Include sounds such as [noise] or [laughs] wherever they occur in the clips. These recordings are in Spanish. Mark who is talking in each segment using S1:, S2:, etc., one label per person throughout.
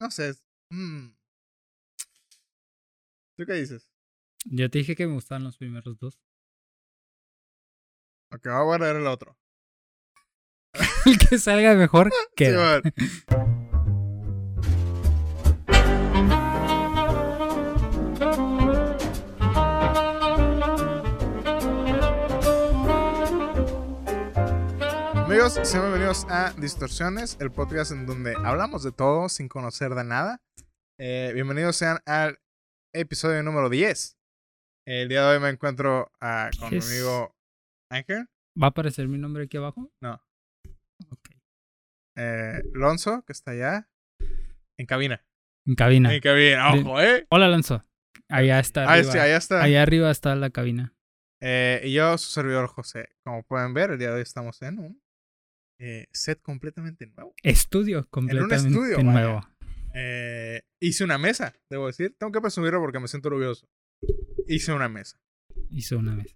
S1: No sé. mm. ¿Tú qué dices?
S2: Yo te dije que me gustaban los primeros dos. [laughs]
S1: Ok, voy a guardar el otro.
S2: El que salga mejor
S1: Ah, Sí,
S2: queda.
S1: bueno. Amigos, sean bienvenidos a Distorsiones, el podcast en donde hablamos de todo sin conocer de nada. Eh, bienvenidos sean al episodio número 10. El día de hoy me encuentro ah, con mi
S2: Yes.
S1: amigo Ángel,
S2: ¿Va a aparecer mi nombre aquí abajo?
S1: No.
S2: Ok.
S1: eh, Lonzo, que está allá en cabina.
S2: En cabina.
S1: En cabina,
S2: De-
S1: ojo, eh.
S2: Hola, Lanzo. Allá está
S1: Ahí
S2: arriba.
S1: está, Ah, allá está.
S2: Allá arriba está la cabina.
S1: Eh, y yo, su servidor José. Como pueden ver, el día de hoy estamos en un eh, set completamente nuevo.
S2: Estudio completamente
S1: estudio, vaya.
S2: nuevo.
S1: Eh, hice una mesa, debo decir. Tengo que presumirlo porque me siento orgulloso. Hice una mesa.
S2: Hizo una vez.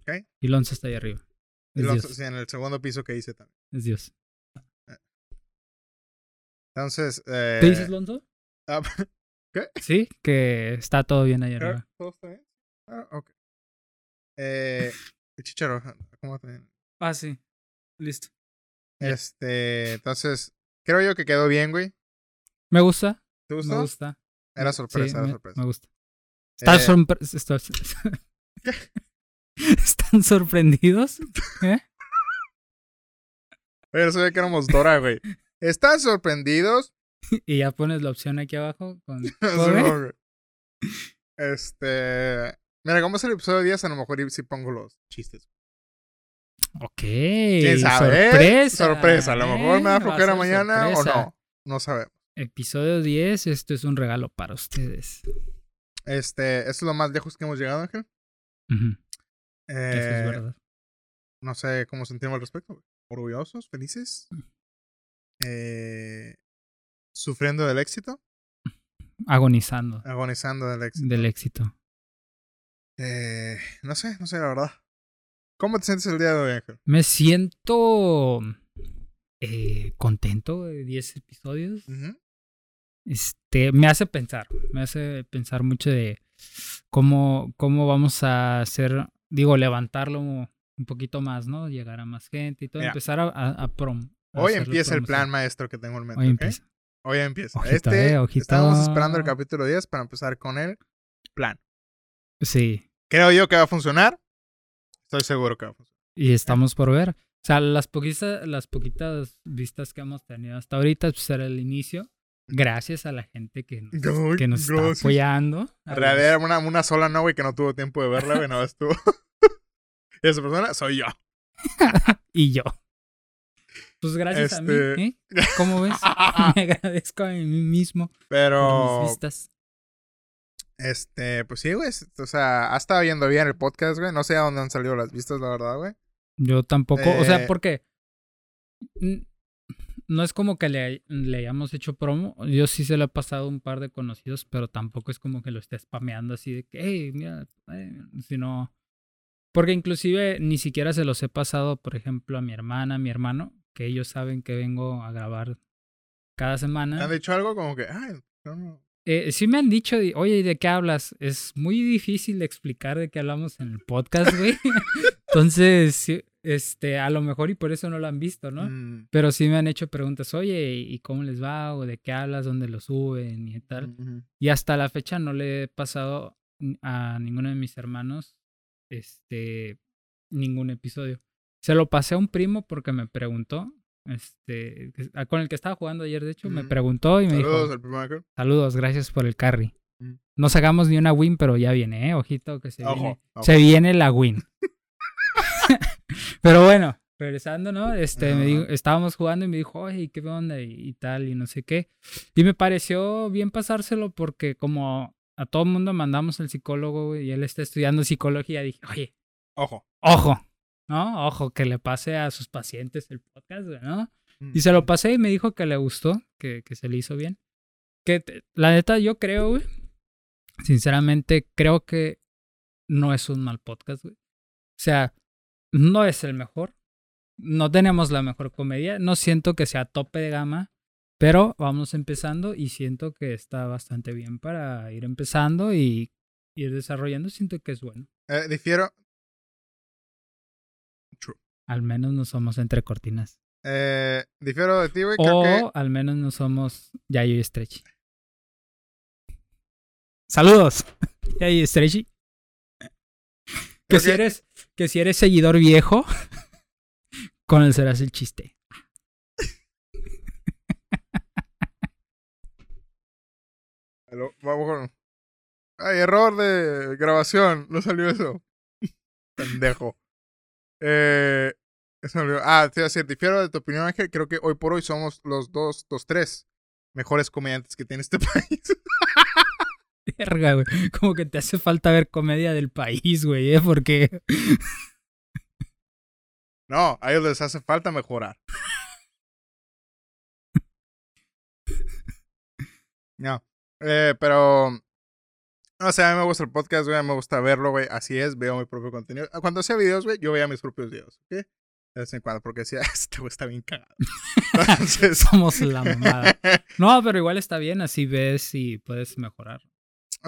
S1: Ok.
S2: Y Lonzo está ahí arriba.
S1: Y
S2: Es
S1: lo-
S2: Dios.
S1: sí, en el segundo piso que hice también.
S2: Es Dios.
S1: Entonces, eh,
S2: ¿Tú dices Lonzo? [laughs]
S1: ah, [laughs]
S2: Sí, que está todo bien allá
S1: claro,
S2: arriba.
S1: ¿todo está bien? Ah, ok. Eh, Chicharo, ¿cómo está bien?
S2: Ah, sí. Listo. Ya.
S1: Este, entonces, creo yo que quedó bien, güey.
S2: Me gusta.
S1: ¿Te
S2: Me
S1: gustó?
S2: gusta.
S1: Era
S2: Sí,
S1: sorpresa, era
S2: me,
S1: sorpresa.
S2: Me gusta. Están,
S1: Eh,
S2: sorpre- [laughs] esto- ¿Están sorprendidos?
S1: Oye, no sabía que éramos Dora, güey. ¿Están [laughs] sorprendidos?
S2: Y ya pones la opción aquí abajo
S1: [laughs]
S2: con...
S1: Sí,
S2: ¿Joder?
S1: no, güey. Este. Mira, como es el episodio 10, a lo mejor y sí pongo los chistes.
S2: Ok.
S1: ¿Quién sabe? eh?
S2: Sorpresa.
S1: Sorpresa. A lo mejor me da
S2: eh, va a
S1: flojera
S2: ser
S1: mañana
S2: sorpresa.
S1: o no. No sabemos.
S2: Episodio 10, esto es un regalo para ustedes.
S1: Este, esto es lo más lejos que hemos llegado, Ángel.
S2: Ujú, eso es
S1: Eh,
S2: verdad.
S1: no sé cómo sentimos al respecto. güey. Orgullosos, felices.
S2: Mm.
S1: Eh, sufriendo del éxito,
S2: Agonizando
S1: agonizando del éxito.
S2: del éxito. Mm.
S1: Eh, no sé, no sé la verdad. ¿Cómo te sientes el día de hoy, Ángel?
S2: Me siento eh, contento de 10 episodios.
S1: Ujú.
S2: Este, me hace pensar, me hace pensar mucho de cómo, cómo vamos a hacer, digo, levantarlo un poquito más, ¿no? Llegar a más gente y todo,
S1: Mira.
S2: empezar a, a, a prom. a
S1: Hoy
S2: hacer la
S1: empieza el plan
S2: promoción.
S1: maestro que tengo en mente.
S2: Hoy
S1: ¿ok?
S2: empieza.
S1: Hoy empieza.
S2: Ojito,
S1: este,
S2: eh, ojito.
S1: Estábamos esperando el capítulo 10 para empezar con el plan.
S2: Sí,
S1: Creo yo que va a funcionar. Estoy seguro que va a funcionar.
S2: y estamos por ver. O sea, las poquitas, las poquitas vistas que hemos tenido hasta ahorita, pues era el inicio. Gracias a la gente que nos,
S1: Ay,
S2: que nos está
S1: gracias.
S2: apoyando. a
S1: En
S2: los-
S1: realidad era una, una sola, ¿no, güey? Que no tuvo tiempo de verla, güey. No estuvo. [laughs] y esa persona soy yo.
S2: y yo. Pues gracias a
S1: Este-
S2: mí, ¿eh?
S1: [laughs]
S2: ¿Cómo ves? [laughs] Me agradezco a mí mismo por mis
S1: Pero,
S2: vistas.
S1: este, pues sí, güey. O sea, ha estado yendo bien el podcast, güey. No sé a dónde han salido las vistas, la verdad, güey.
S2: Yo tampoco, o sea,
S1: Eh,
S2: porque n- no es como que le, le hayamos hecho promo. Yo sí se lo he pasado a un par de conocidos, pero tampoco es como que lo esté spameando así de que, hey, mira, eh", sino. Porque inclusive ni siquiera se los he pasado, por ejemplo, a mi hermana, a mi hermano, que ellos saben que vengo a grabar cada semana.
S1: ¿Han dicho algo como que, ay, no, no.
S2: Eh, sí me han dicho, de, oye, ¿y de qué hablas? Es muy difícil explicar de qué hablamos en el podcast,
S1: [laughs]
S2: güey. Entonces, sí, este, a lo mejor y por eso no lo han visto, ¿no?
S1: Mm,
S2: Pero sí me han hecho preguntas, oye, ¿y cómo les va? ¿O de qué hablas? ¿Dónde lo suben? Y tal.
S1: ujú.
S2: Y hasta la fecha no le he pasado n- a ninguno de mis hermanos este ningún episodio. Se lo pasé a un primo porque me preguntó, este, que- a- con el que estaba jugando ayer, de hecho, me
S1: Mm.
S2: preguntó y me dijo,
S1: Saludos al primer Ángel.
S2: Saludos, gracias por el carry.
S1: Mm.
S2: No sacamos ni una win, pero ya viene, ¿eh? Ojito que se
S1: Ojo,
S2: viene.
S1: ojo.
S2: Se viene
S1: [laughs]
S2: la win. [laughs] pero bueno, regresando, ¿no? Este, me
S1: Ajá.
S2: dijo- estábamos jugando y me dijo, oye, ¿qué onda? Y, y tal, y no sé qué. Y me pareció bien pasárselo porque como a todo el mundo mandamos el psicólogo y él está estudiando psicología, dije, oye,
S1: Ojo.
S2: ojo, ¿no? Ojo, que le pase a sus pacientes el podcast, güey, ¿no? Y se lo pasé y me dijo que le gustó, que, que se le hizo bien. Que te- la neta, yo creo, güey. Sinceramente, creo que no es un mal podcast, güey. O sea, no es el mejor. No tenemos la mejor comedia. No siento que sea tope de gama. Pero vamos empezando y siento que está bastante bien para ir empezando y ir desarrollando. Siento que es bueno.
S1: Eh, difiero.
S2: Al menos no somos entre cortinas.
S1: eh, difiero de ti, güey. Creo
S2: O
S1: que.
S2: al menos no somos Yayo y Stretchy. Saludos, [laughs] Yayo y Stretchy. Que
S1: Creo
S2: si,
S1: que-
S2: eres, que si eres seguidor viejo, [laughs] conocerás el chiste.
S1: Aló, vamos con- Ay, error de grabación. No salió eso. [laughs] Pendejo. Eh, eso salió- Ah, te iba a decir, difiero de tu opinión, Ángel. Creo que hoy por hoy somos los dos, los tres mejores comediantes que tiene este [laughs] país.
S2: Verga, güey. Como que te hace falta ver comedia del país, güey, ¿eh? Porque [laughs]
S1: No, a ellos les hace falta mejorar. No, eh, pero... No sé, a mí me gusta el podcast, güey, a mí me gusta verlo, güey, así es, veo mi propio contenido. Cuando hacía videos, güey, yo veía mis propios videos, ¿ok? De vez en cuando, porque decía, [laughs] este güey está bien cagado. Entonces...
S2: somos la mamada.
S1: [laughs]
S2: No, pero igual está bien, así ves y puedes mejorar.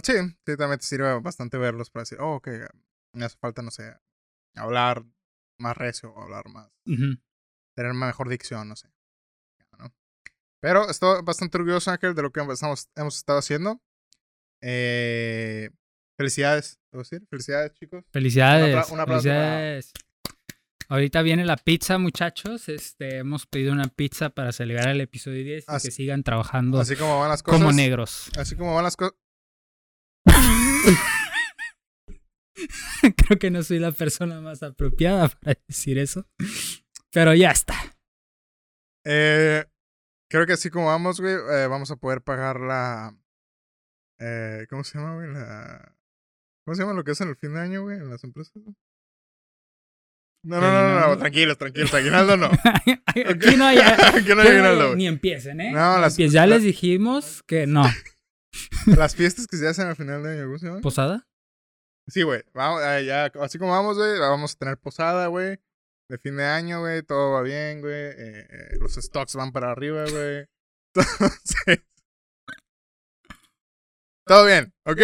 S1: Sí, sí, también te sirve bastante verlos para decir, oh, ok, me hace falta, no sé, hablar más recio, o hablar más...
S2: Ujú.
S1: tener una mejor dicción, no sé. ¿no? Pero estoy bastante orgulloso, Ángel, de lo que estamos, hemos estado haciendo. Eh, felicidades, debo decir. Felicidades, chicos.
S2: Felicidades.
S1: Un apla- un aplauso para-
S2: felicidades. Ahorita viene la pizza, muchachos. Este, hemos pedido una pizza para celebrar el episodio 10 y
S1: Así-
S2: que sigan trabajando
S1: Así como van las cosas.
S2: como negros. [laughs]
S1: Así como van las cosas.
S2: Creo que no soy la persona más apropiada [laughs] para decir eso. Pero ya está.
S1: [laughs]
S2: [laughs]
S1: Eh, creo que así como vamos, güey, eh, vamos a poder pagar la. Eh, ¿Cómo se llama, güey? La... ¿Cómo se llama lo que hacen el fin de año, güey, en las empresas? güey? No, no, no, no, no,
S2: Aguinaldo.
S1: tranquilos, tranquilos, aguinaldo no.
S2: [laughs] Aquí no
S1: Aquí [laughs] no hay
S2: hay, aquí no hay-
S1: aguinaldo, güey.
S2: ni empiecen, ¿eh?
S1: No,
S2: Ni
S1: las-
S2: empie- ya
S1: la-
S2: les dijimos
S1: [laughs]
S2: que no.
S1: Las fiestas que se hacen al final de año, ¿cómo se llama?
S2: ¿Posada? [laughs]
S1: Sí, güey. Vamos, ah, ya, así como vamos, güey, ah, vamos a tener posada, güey. De fin de año, güey. Todo va bien, güey. eh, eh, los stocks van para arriba, güey. [laughs] Entonces. todo bien, ¿ok?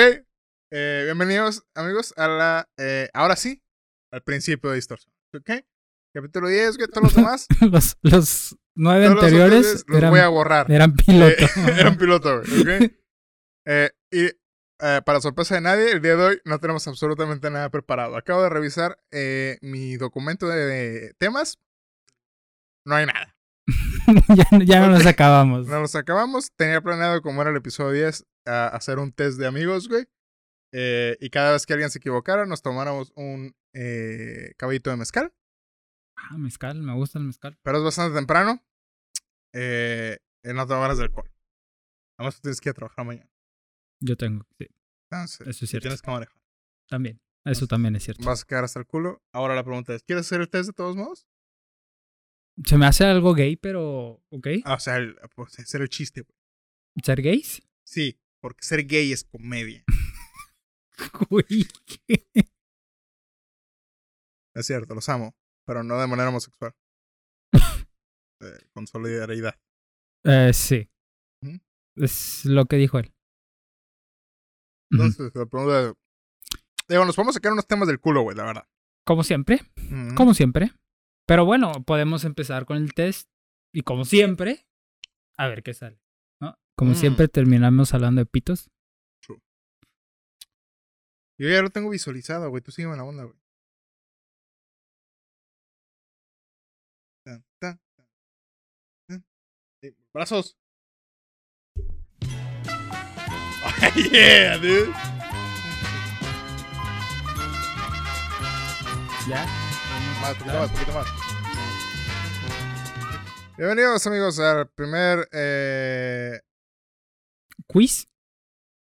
S1: Eh, bienvenidos, amigos, a la. eh, ahora sí, al principio de Distorsión, ¿ok? Capítulo 10, güey. Todos los demás.
S2: Los, los nueve
S1: todos los
S2: [laughs] anteriores
S1: anteriores los
S2: eran,
S1: voy a borrar.
S2: eran piloto.
S1: Eh, [laughs] era un piloto, güey. ¿ok? [laughs] Eh, y eh, para sorpresa de nadie, el día de hoy no tenemos absolutamente nada preparado. Acabo de revisar eh, mi documento de, de temas. No hay nada.
S2: [laughs] ya, ya
S1: [laughs]
S2: no nos acabamos.
S1: No los acabamos. Tenía planeado, como era el episodio 10, a- hacer un test de amigos, güey. Eh, y cada vez que alguien se equivocara, nos tomáramos un eh, caballito de mezcal.
S2: Ah, mezcal, me gusta el mezcal.
S1: Pero es bastante temprano. Eh, y no te de alcohol. Además, tú tienes que ir a trabajar mañana.
S2: Yo tengo, sí,
S1: Entonces,
S2: eso es cierto.
S1: tienes que manejar.
S2: También. Eso también es cierto.
S1: Vas a quedar hasta el culo. Ahora la pregunta es, ¿quieres hacer el test de todos modos?
S2: Se me hace algo gay, pero. ¿Ok?
S1: Ah, o sea, el, pues, hacer el chiste. güey.
S2: ¿Ser gays? [laughs]
S1: Sí, porque ser gay es comedia.
S2: Güey.
S1: Es cierto, los amo, pero no de manera homosexual. Eh, con solidaridad.
S2: Eh, sí.
S1: Ujú.
S2: Es lo que dijo él. Ujú.
S1: Entonces, la pregunta es... Digo, nos podemos sacar unos temas del culo, güey, la verdad.
S2: Como siempre,
S1: Ujú.
S2: como siempre. Pero bueno, podemos empezar con el test. Y como siempre, a ver qué sale. ¿no? Como
S1: Mm.
S2: siempre, terminamos hablando de pitos.
S1: Yo ya lo tengo visualizado, güey. Tú sígueme la onda, güey. Tan, tan, tan, tan. Eh, Brazos. [laughs] yeah, dude.
S2: ¿Ya?
S1: Más, poquito más, poquito más. Bienvenidos, amigos, al primer eh,
S2: ¿Quiz?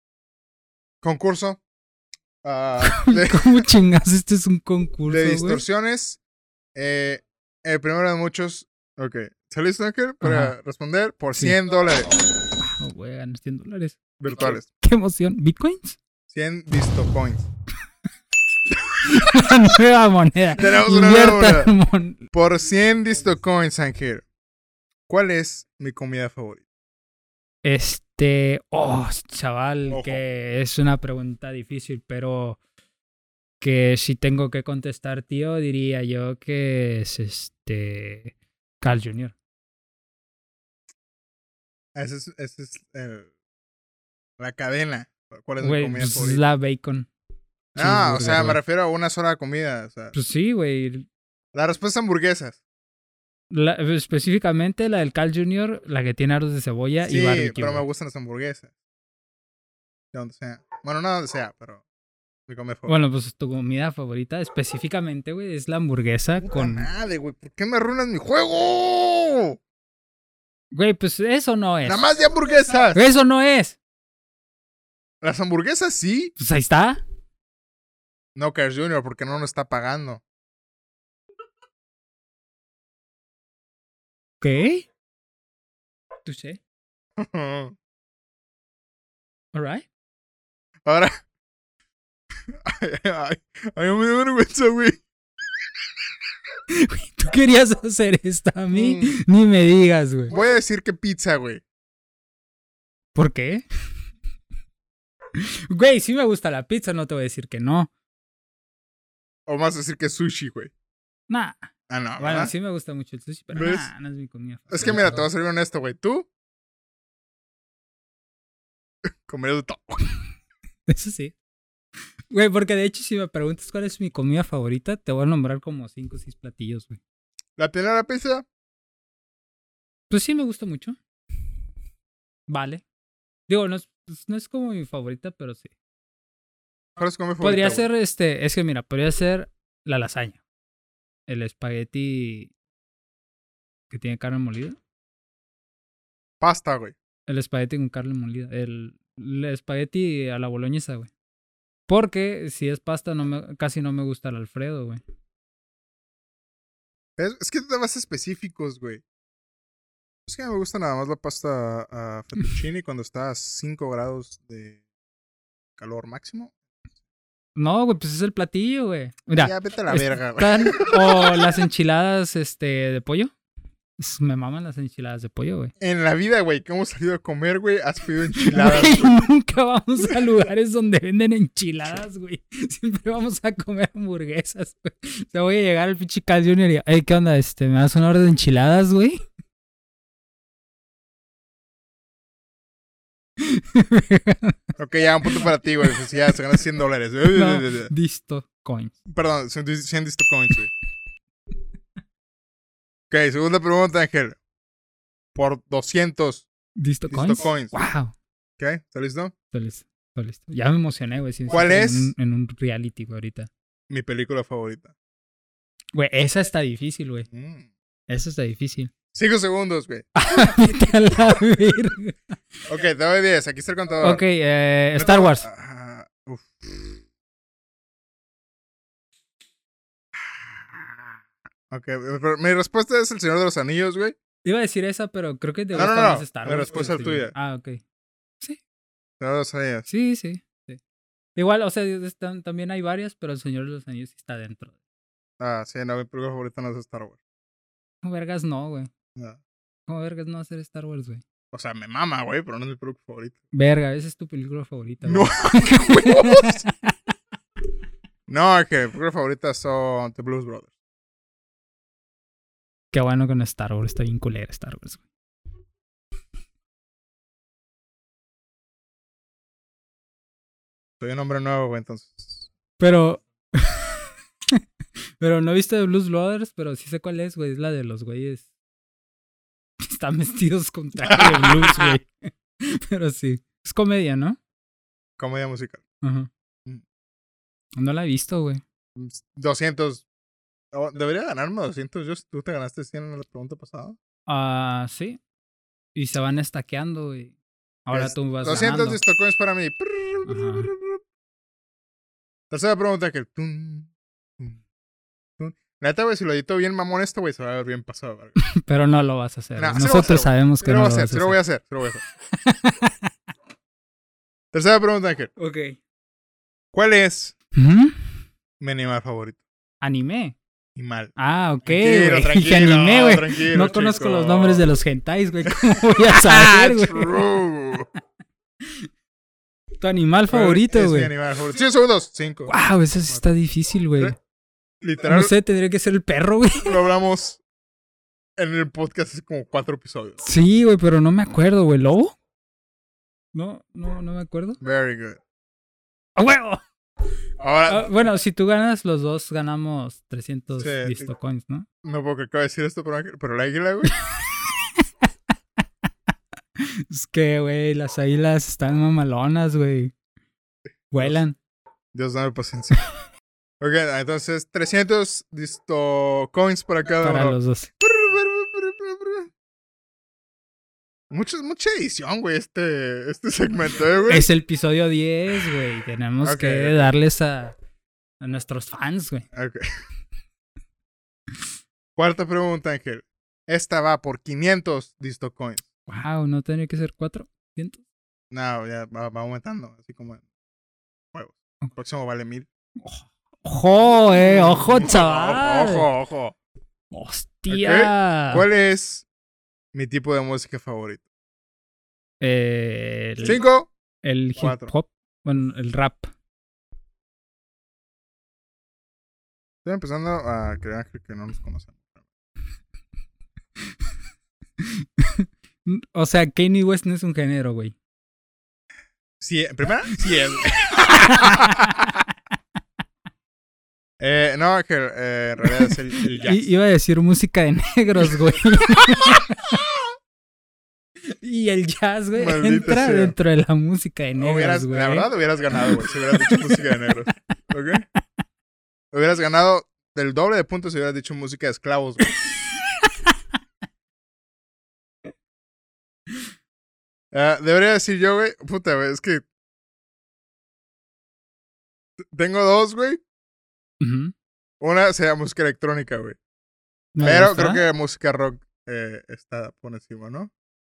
S2: [laughs]
S1: concurso
S2: [laughs]
S1: ah, de,
S2: ¿Cómo chingas? Este es un concurso.
S1: de
S2: güey?
S1: distorsiones. Eh, el primero de muchos. Ok. ¿Saliste, Ángel? Para
S2: Ajá.
S1: responder por
S2: Sí.
S1: 100 dólares
S2: Ah, güey, gané 100 dólares.
S1: virtuales.
S2: ¡Qué emoción! ¿Bitcoins? [laughs]
S1: 100 distocoins.
S2: La nueva moneda.
S1: Tenemos una nueva
S2: Invierta en mon-
S1: Por 100 distocoins, Ángel. ¿Cuál es mi comida favorita?
S2: Este, oh, chaval,
S1: Ojo.
S2: que es una pregunta difícil, pero que si tengo que contestar, tío, diría yo que es este Carl Jr.
S1: Esa es, ese es el- la cadena. ¿Cuál es
S2: Güey,
S1: la comida
S2: pues,
S1: favorita?
S2: la bacon.
S1: No, Ah, o
S2: cheeseburger,
S1: sea, me
S2: güey.
S1: refiero a una sola comida. o sea,
S2: Pues sí, güey.
S1: la respuesta es hamburguesas.
S2: La- específicamente la del Carl Jr., la que tiene aros de cebolla
S1: Sí,
S2: y barbecue.
S1: pero me
S2: güey.
S1: gustan las hamburguesas. De donde sea. Bueno, no donde sea, pero mi comida favorita.
S2: Bueno, pues tu comida favorita específicamente, güey, es la hamburguesa
S1: Puta
S2: con...
S1: madre, güey. ¿Por qué me arruinas mi juego?
S2: Güey, pues eso no es.
S1: Nada más de hamburguesas.
S2: Eso no es.
S1: Las hamburguesas sí.
S2: Pues ahí está.
S1: No, Cars Jr., porque no nos está pagando.
S2: ¿Qué? ¿Tú sé? Alright.
S1: Ahora. [laughs] Ay, ay, a mí me da vergüenza, güey.
S2: Tú querías hacer esto a mí. [laughs]
S1: Mm.
S2: Ni me digas, güey.
S1: Voy a decir que pizza, güey.
S2: ¿Por qué? Güey, sí me gusta la pizza, no te voy a decir que no.
S1: O más decir que sushi, güey.
S2: Nah.
S1: Ah, no.
S2: Bueno,
S1: ¿verdad?
S2: sí me gusta mucho el sushi, pero
S1: ¿Ves?
S2: nah, no es mi comida.
S1: Es que mira, te voy a ser bien honesto, güey. Tú. [laughs] Comer de todo.
S2: Eso sí. Güey, porque de hecho, si me preguntas cuál es mi comida favorita, te voy a nombrar como cinco o seis platillos, güey.
S1: La primera pizza,
S2: Pues sí, me gusta mucho. Vale. Digo, no es, pues, no es como mi favorita, pero sí.
S1: ¿cuál es tu comida
S2: Podría
S1: favorita,
S2: ser este. Es que mira, podría ser la lasaña. El espagueti que tiene carne molida.
S1: güey? Pasta, güey.
S2: El espagueti con carne molida. El, el espagueti a la boloñesa, güey. Porque si es pasta, no me, casi no me gusta el Alfredo, güey.
S1: Es, es que te vas específicos, güey. Es que me gusta nada más la pasta ah, fettuccine cuando está a 5 grados de calor máximo.
S2: No, güey, pues es el platillo, güey. Mira,
S1: Ya, vete a la
S2: es-
S1: verga, güey.
S2: tan- o las enchiladas este, de pollo. [laughs] Es- Me maman las enchiladas de pollo, güey.
S1: En la vida, güey, que hemos salido a comer, güey, has pedido enchiladas.
S2: Güey, nunca vamos a lugares donde venden enchiladas, güey. Siempre vamos a comer hamburguesas, güey. O sea, voy a llegar al pinche Carl Jr. y, "Ey, ¿qué onda? Este, ¿me das una orden de enchiladas, güey?
S1: ok, ya, un punto para ti, güey. Pues ya, se ganan 100 dólares.
S2: [laughs] No. Disto, coins.
S1: Perdón, 100 dis- 100 disto coins, güey. Ok, segunda pregunta, Ángel. Por 200
S2: Disto,
S1: disto
S2: coins.
S1: coins.
S2: Wow.
S1: Ok, ¿está listo?
S2: Estoy listo, estoy listo. Ya me emocioné, güey. sí me
S1: ¿Cuál
S2: siento
S1: es?
S2: En un, en un reality, güey, ahorita.
S1: Mi película favorita.
S2: Güey, esa está difícil, güey.
S1: Mm.
S2: Esa está
S1: [laughs]
S2: difícil.
S1: 5 segundos, güey.
S2: Vete a la verga.
S1: Ok, te doy 10. Aquí está el contador.
S2: ok, eh, Star Wars.
S1: Ah, uf. Ok, pero mi respuesta es El Señor de los Anillos, güey.
S2: Iba a decir esa, pero creo que te
S1: No,
S2: gusta
S1: no, no.
S2: más Star
S1: La
S2: Wars.
S1: respuesta
S2: que
S1: es
S2: el tuyo.
S1: tuya.
S2: Ah, ok.
S1: Señor de los Anillos.
S2: Sí, sí, sí. Igual, o sea, están- también hay varias, pero el Señor de los Anillos sí está dentro.
S1: Ah, sí, no, mi película favorita no es Star Wars.
S2: Como vergas no, güey.
S1: No.
S2: Como vergas no hacer Star Wars, güey.
S1: O sea, me mama, güey, pero no es mi película favorita.
S2: Verga, esa es tu película favorita.
S1: No,
S2: güey.
S1: [laughs] qué huevos. No, que mi película favorita son The Blues Brothers.
S2: Qué bueno con Star Wars, está bien culera Star Wars, güey.
S1: Soy un hombre nuevo, güey, entonces.
S2: Pero. [laughs] pero no viste de Blues Brothers, pero sí sé cuál es, güey. Es la de los güeyes. que Están vestidos con traje de blues,
S1: [laughs]
S2: güey. [laughs] pero sí. Es comedia, ¿no?
S1: Comedia musical.
S2: Ajá.
S1: Mm.
S2: No la he visto, güey.
S1: 200. Oh, Debería ganarme 200. Yo, tú te ganaste 100 en la pregunta pasada.
S2: Ah, sí. Y se van estaqueando, güey. Ahora
S1: Es-
S2: tú vas
S1: 200
S2: ganando.
S1: distocoins para mí. Tercera pregunta que. tun, tun, tun. Neta, güey, si lo edito bien mamón esto, güey, se va a ver bien pasado. verga.
S2: [laughs] Pero no lo vas a hacer.
S1: No,
S2: güey.
S1: sí lo voy a hacer,
S2: Nosotros
S1: güey.
S2: sabemos
S1: Sí
S2: que
S1: lo
S2: no
S1: voy a
S2: lo vas a
S1: hacer, sí
S2: hacer.
S1: lo voy a hacer, sí lo voy a hacer. [laughs] Tercera pregunta, Ángel.
S2: Ok.
S1: ¿Cuál es mi animal favorito?
S2: Anime.
S1: Y mal.
S2: Ah, ok,
S1: Tranquilo,
S2: güey. [laughs]
S1: tranquilo,
S2: Dije anime, güey.
S1: tranquilo,
S2: No conozco
S1: chico. Ah,
S2: los nombres de los hentais, güey. [laughs] ¿Cómo
S1: [laughs]
S2: voy a [laughs] saber, güey?
S1: True.
S2: Tu animal [laughs] favorito,
S1: Es mi
S2: güey.
S1: animal favorito. 100 segundos. 5.
S2: Wow, eso sí está difícil, güey.
S1: Re- Literal,
S2: No sé, tendría que ser el perro, güey. [laughs]
S1: lo hablamos en el podcast hace como cuatro episodios.
S2: Sí, güey, pero no me acuerdo, güey. ¿Lobo? No, no, no me acuerdo.
S1: Very good.
S2: ¡A huevo!
S1: Ahora,
S2: Ah, bueno, si tú ganas, los dos ganamos 300
S1: Sí.
S2: Vistocoins, ¿no?
S1: no puedo creer que voy a decir esto, pero, pero el águila,
S2: [laughs]
S1: güey.
S2: Es que, güey, las águilas están mamalonas, güey. Vuelan.
S1: Dios, dame paciencia. Ok, entonces 300 disto coins para cada
S2: Para
S1: uno.
S2: los dos.
S1: Mucho- mucha edición, güey, este, este segmento, eh, güey.
S2: Es el episodio 10, güey. Tenemos
S1: Ok,
S2: que
S1: ok.
S2: darles a, a nuestros fans, güey.
S1: Ok. Cuarta pregunta, Ángel. Esta va por 500 disto coins.
S2: Wow, ¿no tenía que ser 400?
S1: No, ya va, va aumentando, así como en juegos. El próximo vale 1000. [laughs]
S2: ¡Ojo, eh! ¡Ojo, chaval! Ah.
S1: Ojo, ojo.
S2: ¡Hostia!
S1: ¿Cuál es mi tipo de música favorito?
S2: Eh, El,
S1: 5,
S2: el hip
S1: cuatro.
S2: hop. Bueno, el rap.
S1: Estoy empezando a creer Ángel, que no nos conocemos.
S2: O sea, Kanye West no es un
S1: [laughs]
S2: género, güey.
S1: Sí, ¿en primera? Sí, es. [laughs] eh, no, Ángel, eh, en realidad es el, el
S2: [laughs]
S1: jazz.
S2: I- iba a decir música de negros, güey. y el jazz, güey,
S1: Maldita
S2: entra
S1: sea.
S2: dentro de la música de
S1: No
S2: negros,
S1: hubieras-
S2: güey.
S1: la verdad, hubieras ganado, güey, si hubieras dicho música de
S2: [laughs]
S1: negros. ¿Ok? Hubieras ganado del doble de puntos si hubieras dicho música de esclavos,
S2: [laughs]
S1: güey. Ah, debería decir yo, güey. Puta, güey, es que. Tengo dos, güey.
S2: Ujú.
S1: Una sería música electrónica, güey.
S2: Me
S1: Pero
S2: gusta.
S1: creo que música rock eh, está por encima, ¿no?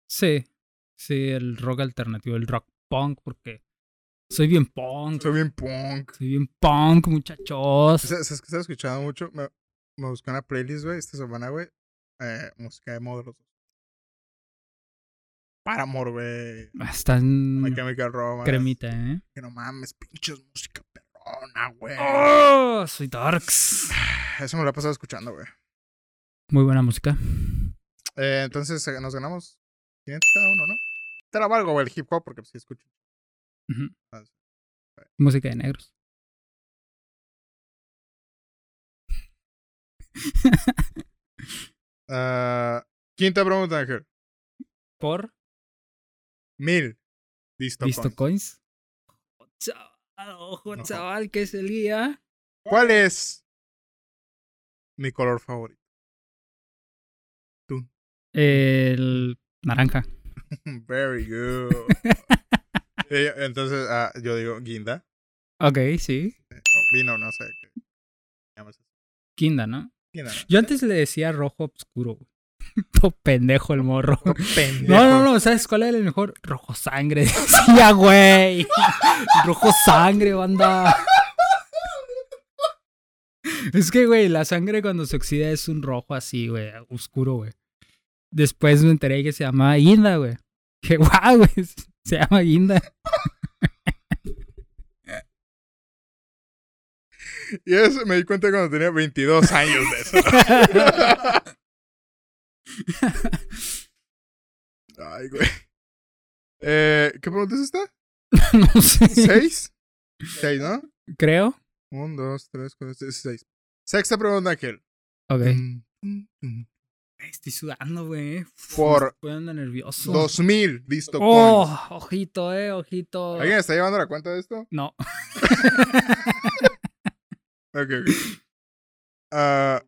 S2: Sí, sí, el rock alternativo, el rock punk, porque soy bien punk,
S1: Soy bien punk.
S2: soy bien punk, muchachos.
S1: Pues, eh, ¿Sabes sabes qué estaba escuchando mucho? Me, me busqué una playlist, güey, esta semana, güey. Eh, música de modelos. Paramore, güey.
S2: Ah, Están
S1: My Chemical Romance.
S2: cremita, ¡Ah! ¿eh?
S1: Que no mames, pinches música perrona, güey.
S2: ¡Oh! Soy darks.
S1: Eso me lo he pasado escuchando, güey.
S2: Muy buena música.
S1: Eh, entonces eh, nos ganamos 500 cada uno, ¿no? Te la valgo, güey, el hip hop, porque pues, sí escucho.
S2: Ujú.
S1: Ah, sí.
S2: Música de negros.
S1: Ah, quinta pregunta, Ángel.
S2: Por
S1: Mil. Listo.
S2: Visto
S1: con.
S2: Coins. Chaval, ojo,
S1: Ojo.
S2: chaval, que es el guía.
S1: ¿Cuál es mi color favorito?
S2: El naranja.
S1: [laughs] Very good.
S2: [laughs]
S1: Eh, Entonces, ah, yo digo guinda.
S2: Ok, sí.
S1: o vino, no sé. qué llamas eso.
S2: Kinda, ¿no?
S1: Guinda, ¿no?
S2: Yo antes le decía rojo obscuro. güey. [laughs] Todo pendejo el morro.
S1: Pendejo.
S2: [laughs] No, no, no, ¿sabes cuál era el mejor? Rojo sangre. [laughs] Decía, güey. Rojo sangre, banda. Es que, güey, la sangre cuando se oxida es un rojo así, güey, oscuro, güey. Después me enteré que se llamaba guinda, güey. Que [laughs] guau, güey. Se llama guinda. [laughs]
S1: Y eso me di cuenta cuando tenía 22 años de eso. [laughs] Ay, güey. Eh, ¿Qué pregunta es
S2: [laughs]
S1: esta?
S2: No sé.
S1: ¿Seis? ¿Seis, no?
S2: Creo.
S1: Un, dos, tres, cuatro, seis, seis. Sexta pregunta, Ángel.
S2: Ok.
S1: Mm, mm, mm.
S2: Estoy sudando, güey.
S1: Por
S2: Estoy poniendo nervioso.
S1: 2000 listo coins.
S2: Oh, ojito, eh, ojito.
S1: ¿Alguien está llevando la cuenta de esto?
S2: No. [laughs]
S1: Ok, ok.
S2: [laughs]
S1: Ah,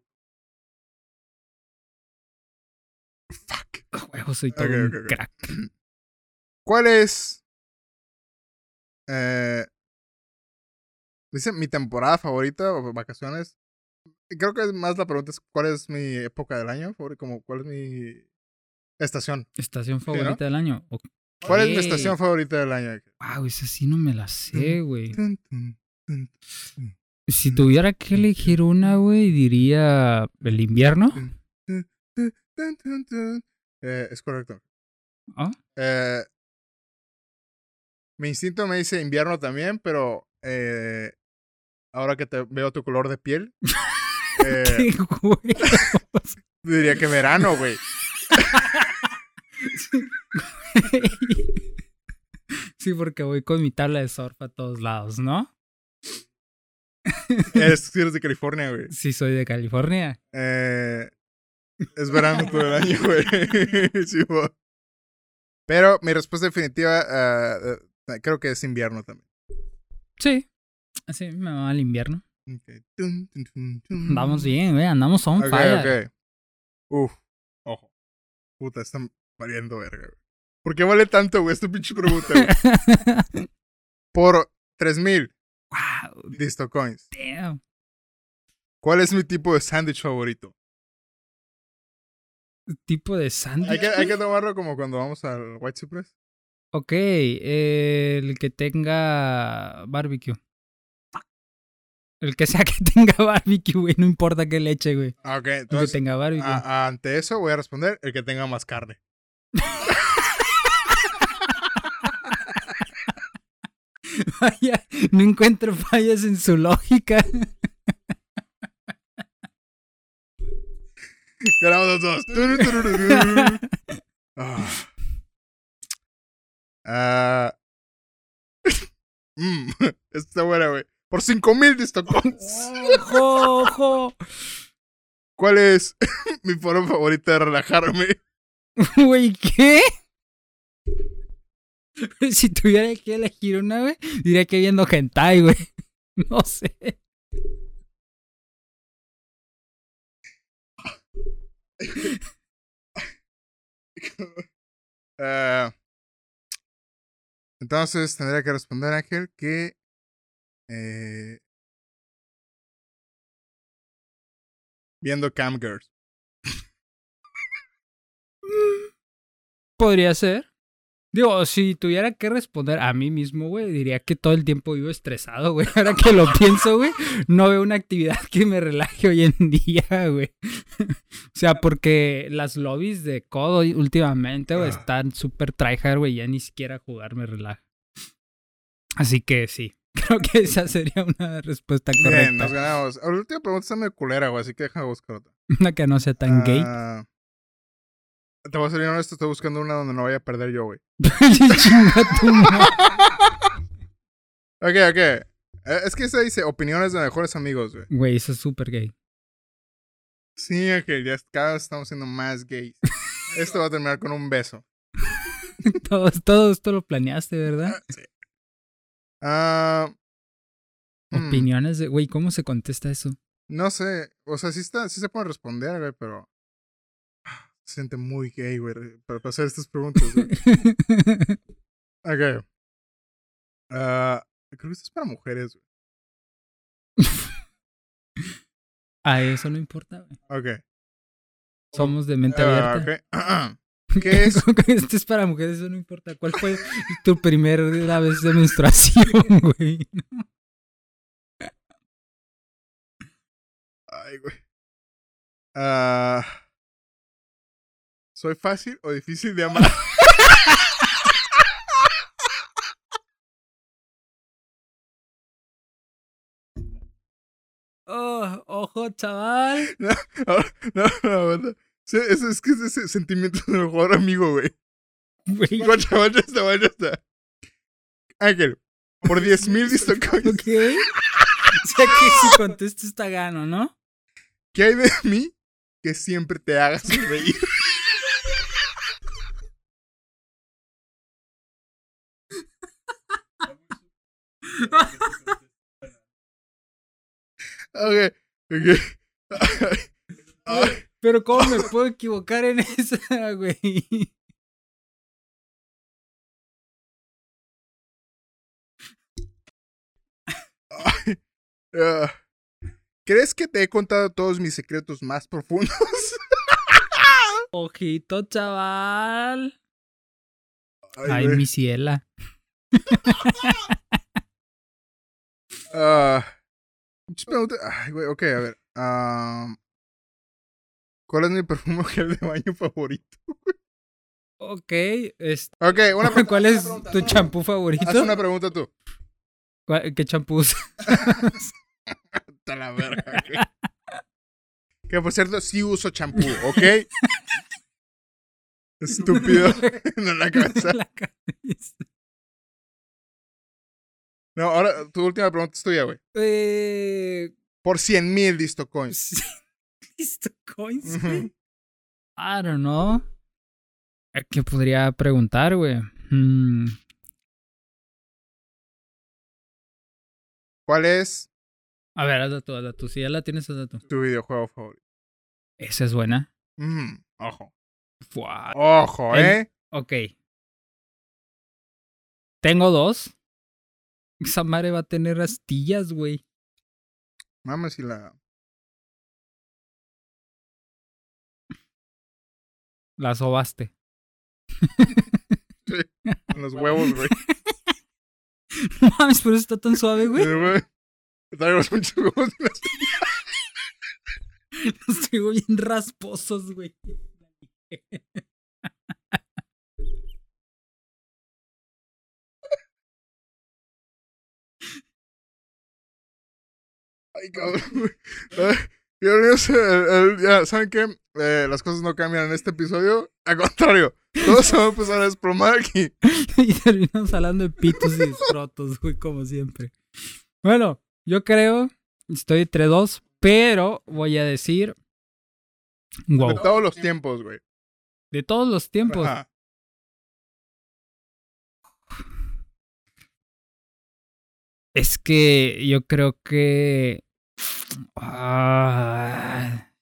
S2: Huevo, soy todo
S1: Ok,
S2: un
S1: ok, ok.
S2: crack.
S1: ¿Cuál es? Eh, dice mi temporada favorita o vacaciones. Creo que es más la pregunta es cuál es mi época del año, favori- como cuál es mi estación.
S2: Estación
S1: ¿no?
S2: favorita del año. Ok.
S1: ¿Cuál es mi estación Mm. favorita del año?
S2: Wow, esa sí no me la sé, güey.
S1: Tun, tun, tun.
S2: Si tuviera que
S1: Mm.
S2: elegir una, güey, diría el invierno.
S1: Tun, tun, tun. Eh, es correcto.
S2: Ah.
S1: Eh, mi instinto me dice invierno también, pero eh, ahora que te veo tu color de
S2: [laughs]
S1: piel, eh,
S2: Qué güey.
S1: diría que verano, güey.
S2: Sí, porque voy con mi tabla de surf a todos lados, ¿no?
S1: Es que eres de California, güey.
S2: Sí, soy de California.
S1: Eh, es verano todo el año, güey. [laughs] Sí, bo. pero mi respuesta definitiva ah, eh, creo que es invierno también.
S2: Sí. Sí, me va al invierno.
S1: Ok. Tun, tun, tun, tun.
S2: Andamos bien, güey. Andamos on
S1: Mm. Ok,
S2: fire.
S1: ok. Uf, ojo. Puta, están valiendo verga, güey. ¿Por qué vale tanto, güey? Esta pinche pregunta,
S2: [laughs]
S1: güey. Por 3000
S2: wow,
S1: listo coins.
S2: damn.
S1: ¿Cuál es mi tipo de sándwich favorito?
S2: Tipo de
S1: Hay
S2: sándwich.
S1: que, hay que tomarlo como cuando vamos al White Cypress.
S2: Ok, eh, el que tenga barbecue. El que sea [laughs] que tenga barbecue, güey. No importa qué leche, güey.
S1: Ah, ok.
S2: El que
S1: Entonces, ah.
S2: tenga barbecue.
S1: a- ante eso voy a responder el que tenga más carne.
S2: [laughs]
S1: [laughs]
S2: Vaya, no encuentro fallas en su lógica. [laughs]
S1: Ganamos los dos. Turu, turu, turu. Ah. Ah. [laughs] Mm, [laughs] esta está buena, güey. Por 5000 listo coins.
S2: [laughs] ¡Ojo, ojo!
S1: ¿Cuál es [laughs] mi forma favorita de relajarme?
S2: Güey, ¿qué? [laughs] Si tuviera que elegir una, güey, diría que viendo hentai, güey. [laughs] No sé.
S1: Ah, entonces tendría que responder, Ángel, que. eh, viendo Cam Girls.
S2: Podría ser. Digo, si tuviera que responder a mí mismo, güey, diría que todo el tiempo vivo estresado, [laughs] güey. Ahora que lo pienso, güey, no veo una actividad que me relaje hoy en [laughs] día, güey. O sea, porque las lobbies de codo últimamente,
S1: Ah.
S2: güey, están súper tryhard, güey. Ya ni siquiera jugar me relaja. Así que sí, [laughs] creo que esa sería una respuesta
S1: Bien, nos
S2: correcta.
S1: ganamos. La última pregunta está medio culera, güey, así que deja buscar otra.
S2: Una que no sea tan gay.
S1: Ah, Te voy a ser bien honesto, estoy buscando una donde no vaya a perder yo, güey.
S2: [laughs] Chinga tu madre.
S1: Ok, ok. Eh, Es que esa dice opiniones de mejores amigos, güey.
S2: Güey, eso es súper gay.
S1: Sí, Ángel, ya cada vez estamos siendo más
S2: [laughs]
S1: gays. Esto va a terminar con un beso.
S2: Todo, todo esto lo planeaste, ¿verdad?
S1: Ah, hmm,
S2: Opiniones de, güey, ¿cómo se contesta
S1: [laughs]
S2: eso?
S1: No sé, o sea, sí, está, sí se puede responder, güey, pero... ah, Se siente muy gay, güey, para para hacer estas preguntas.
S2: [laughs]
S1: güey. Ok. Ah, creo que esto es para mujeres, güey.
S2: A eso no importa, güey.
S1: Ok.
S2: Somos de mente
S1: Ah,
S2: [laughs] abierta.
S1: ok. [clears throat] ¿Qué
S2: [laughs]
S1: es?
S2: Como que Esto es para mujeres, eso no importa. ¿Cuál fue tu primera vez de menstruación, [laughs] güey?
S1: Ay, güey. Ah, ¿Soy fácil o difícil de amar?
S2: Oh, ojo, chaval.
S1: Ah, No, no, aguanta. Sí, Es, es que es ese sentimiento de mejor amigo, güey.
S2: Güey,
S1: Guacha, guacha esta, guacha esta. Ángel, por 10.000 mil
S2: ok. O sea que si contesto está gano, ¿no?
S1: ¿qué hay de [laughs] mí que siempre te hagas reír? ok, ok. Ay,
S2: Pero ¿cómo me puedo equivocar en esa, [laughs] güey?
S1: ah. ¿Crees que te he contado todos mis secretos más profundos?
S2: Ojito, chaval. Ay,
S1: güey.
S2: mi ciela.
S1: Ah, Muchas preguntas. Ay, güey, ok, a ver. ah, ¿Cuál es mi perfume o gel de baño favorito?
S2: Ok, este,
S1: Ok, una pregunta.
S2: [laughs] ¿cuál
S1: haz
S2: es
S1: una pregunta,
S2: tu
S1: haz una-
S2: champú
S1: Haz
S2: favorito?
S1: una pregunta tú.
S2: ¿Cuál- eh, ¿Qué champús?
S1: Hasta la verga, güey. Que por cierto, sí uso champú, ¿ok?
S2: [laughs]
S1: Estúpido. [laughs] no en la [laughs] cabeza.
S2: La cabeza.
S1: No, ahora tu última pregunta es tuya, güey.
S2: Eh, pues
S1: Por 100 mil listo coins.
S2: sí, [laughs] ¿Listo coins,
S1: Ujú.
S2: güey? I don't know. Eh, ¿Qué podría preguntar, güey? Hmm,
S1: ¿Cuál es
S2: A ver, hazla tú, hazla tú. Si ya la tienes, hazla tú.
S1: tu videojuego favorito?
S2: Esa es buena.
S1: Mm, ojo.
S2: Fua.
S1: Ojo,
S2: El-
S1: ¿eh?
S2: Ok. Tengo dos. Esa madre va a tener astillas, güey.
S1: Mames si la.
S2: La sobaste. [laughs]
S1: en los huevos,
S2: [laughs]
S1: güey.
S2: No mames, por eso está tan suave, güey.
S1: [laughs] Sí, güey. Traigo muchos huevos. en las-
S2: Los traigo bien rasposos, güey.
S1: Ay, cabrón, güey. Ay, Bienvenidos. al- al- ya, ¿saben qué? Eh, las cosas no cambian en este episodio. Al contrario, todos se van a empezar a desplomar aquí.
S2: [laughs] y terminamos hablando de pitos y escrotos, güey, como siempre. Bueno, yo creo, estoy entre dos, pero voy a decir.
S1: De
S2: Wow.
S1: todos los tiempos, güey.
S2: De todos los tiempos.
S1: Ajá.
S2: Es que yo creo que. ah,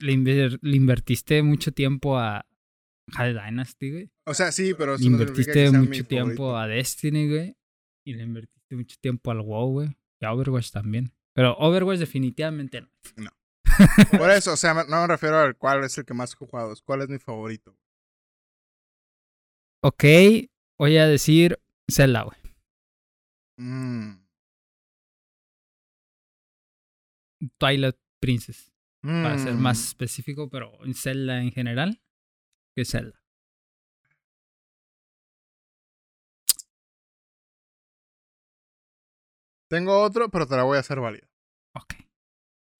S2: le, inver- le invertiste mucho tiempo a High Dynasty, güey.
S1: O sea, sí, pero
S2: Le
S1: eso no significa que
S2: invertiste
S1: sea mi
S2: mucho tiempo
S1: favorito.
S2: a Destiny, güey. Y le invertiste mucho tiempo al WoW, güey. Y a Overwatch también. Pero Overwatch definitivamente no.
S1: Por eso, o sea, me- no me refiero al cuál es el que más he jugado, es cuál es mi favorito.
S2: Ok, voy a decir Zelda, güey.
S1: Mm.
S2: Twilight Princess. Para ser
S1: Mm.
S2: más específico, pero Zelda en general. Que Zelda.
S1: Tengo otro, pero te la voy a hacer válida.
S2: Ok.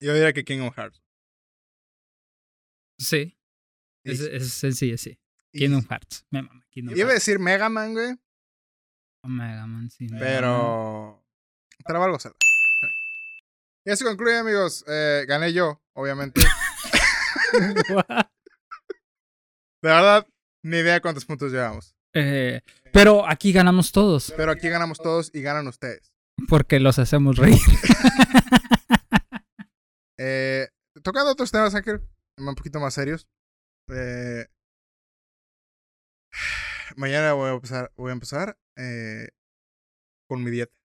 S1: Yo diría que Kingdom Hearts.
S2: Sí, es,
S1: Easy,
S2: es sencillo, sí.
S1: easy.
S2: Kingdom Hearts. Me mama Kingdom
S1: Iba a
S2: Hearts. Oh,
S1: decir Mega Man, güey,
S2: Mega Man, sí. Mega Man.
S1: pero. Te la valgo Zelda. Y eso concluye, amigos. Eh, gané yo, obviamente. De verdad, ni idea cuántos puntos llevamos.
S2: [laughs] Eh, pero aquí ganamos todos
S1: Pero aquí ganamos todos y ganan ustedes.
S2: porque los hacemos reír. [laughs]
S1: Eh, tocando otros temas, Ángel, un poquito más serios. eh, [sighs] mañana voy a empezar, voy a empezar eh, con mi dieta.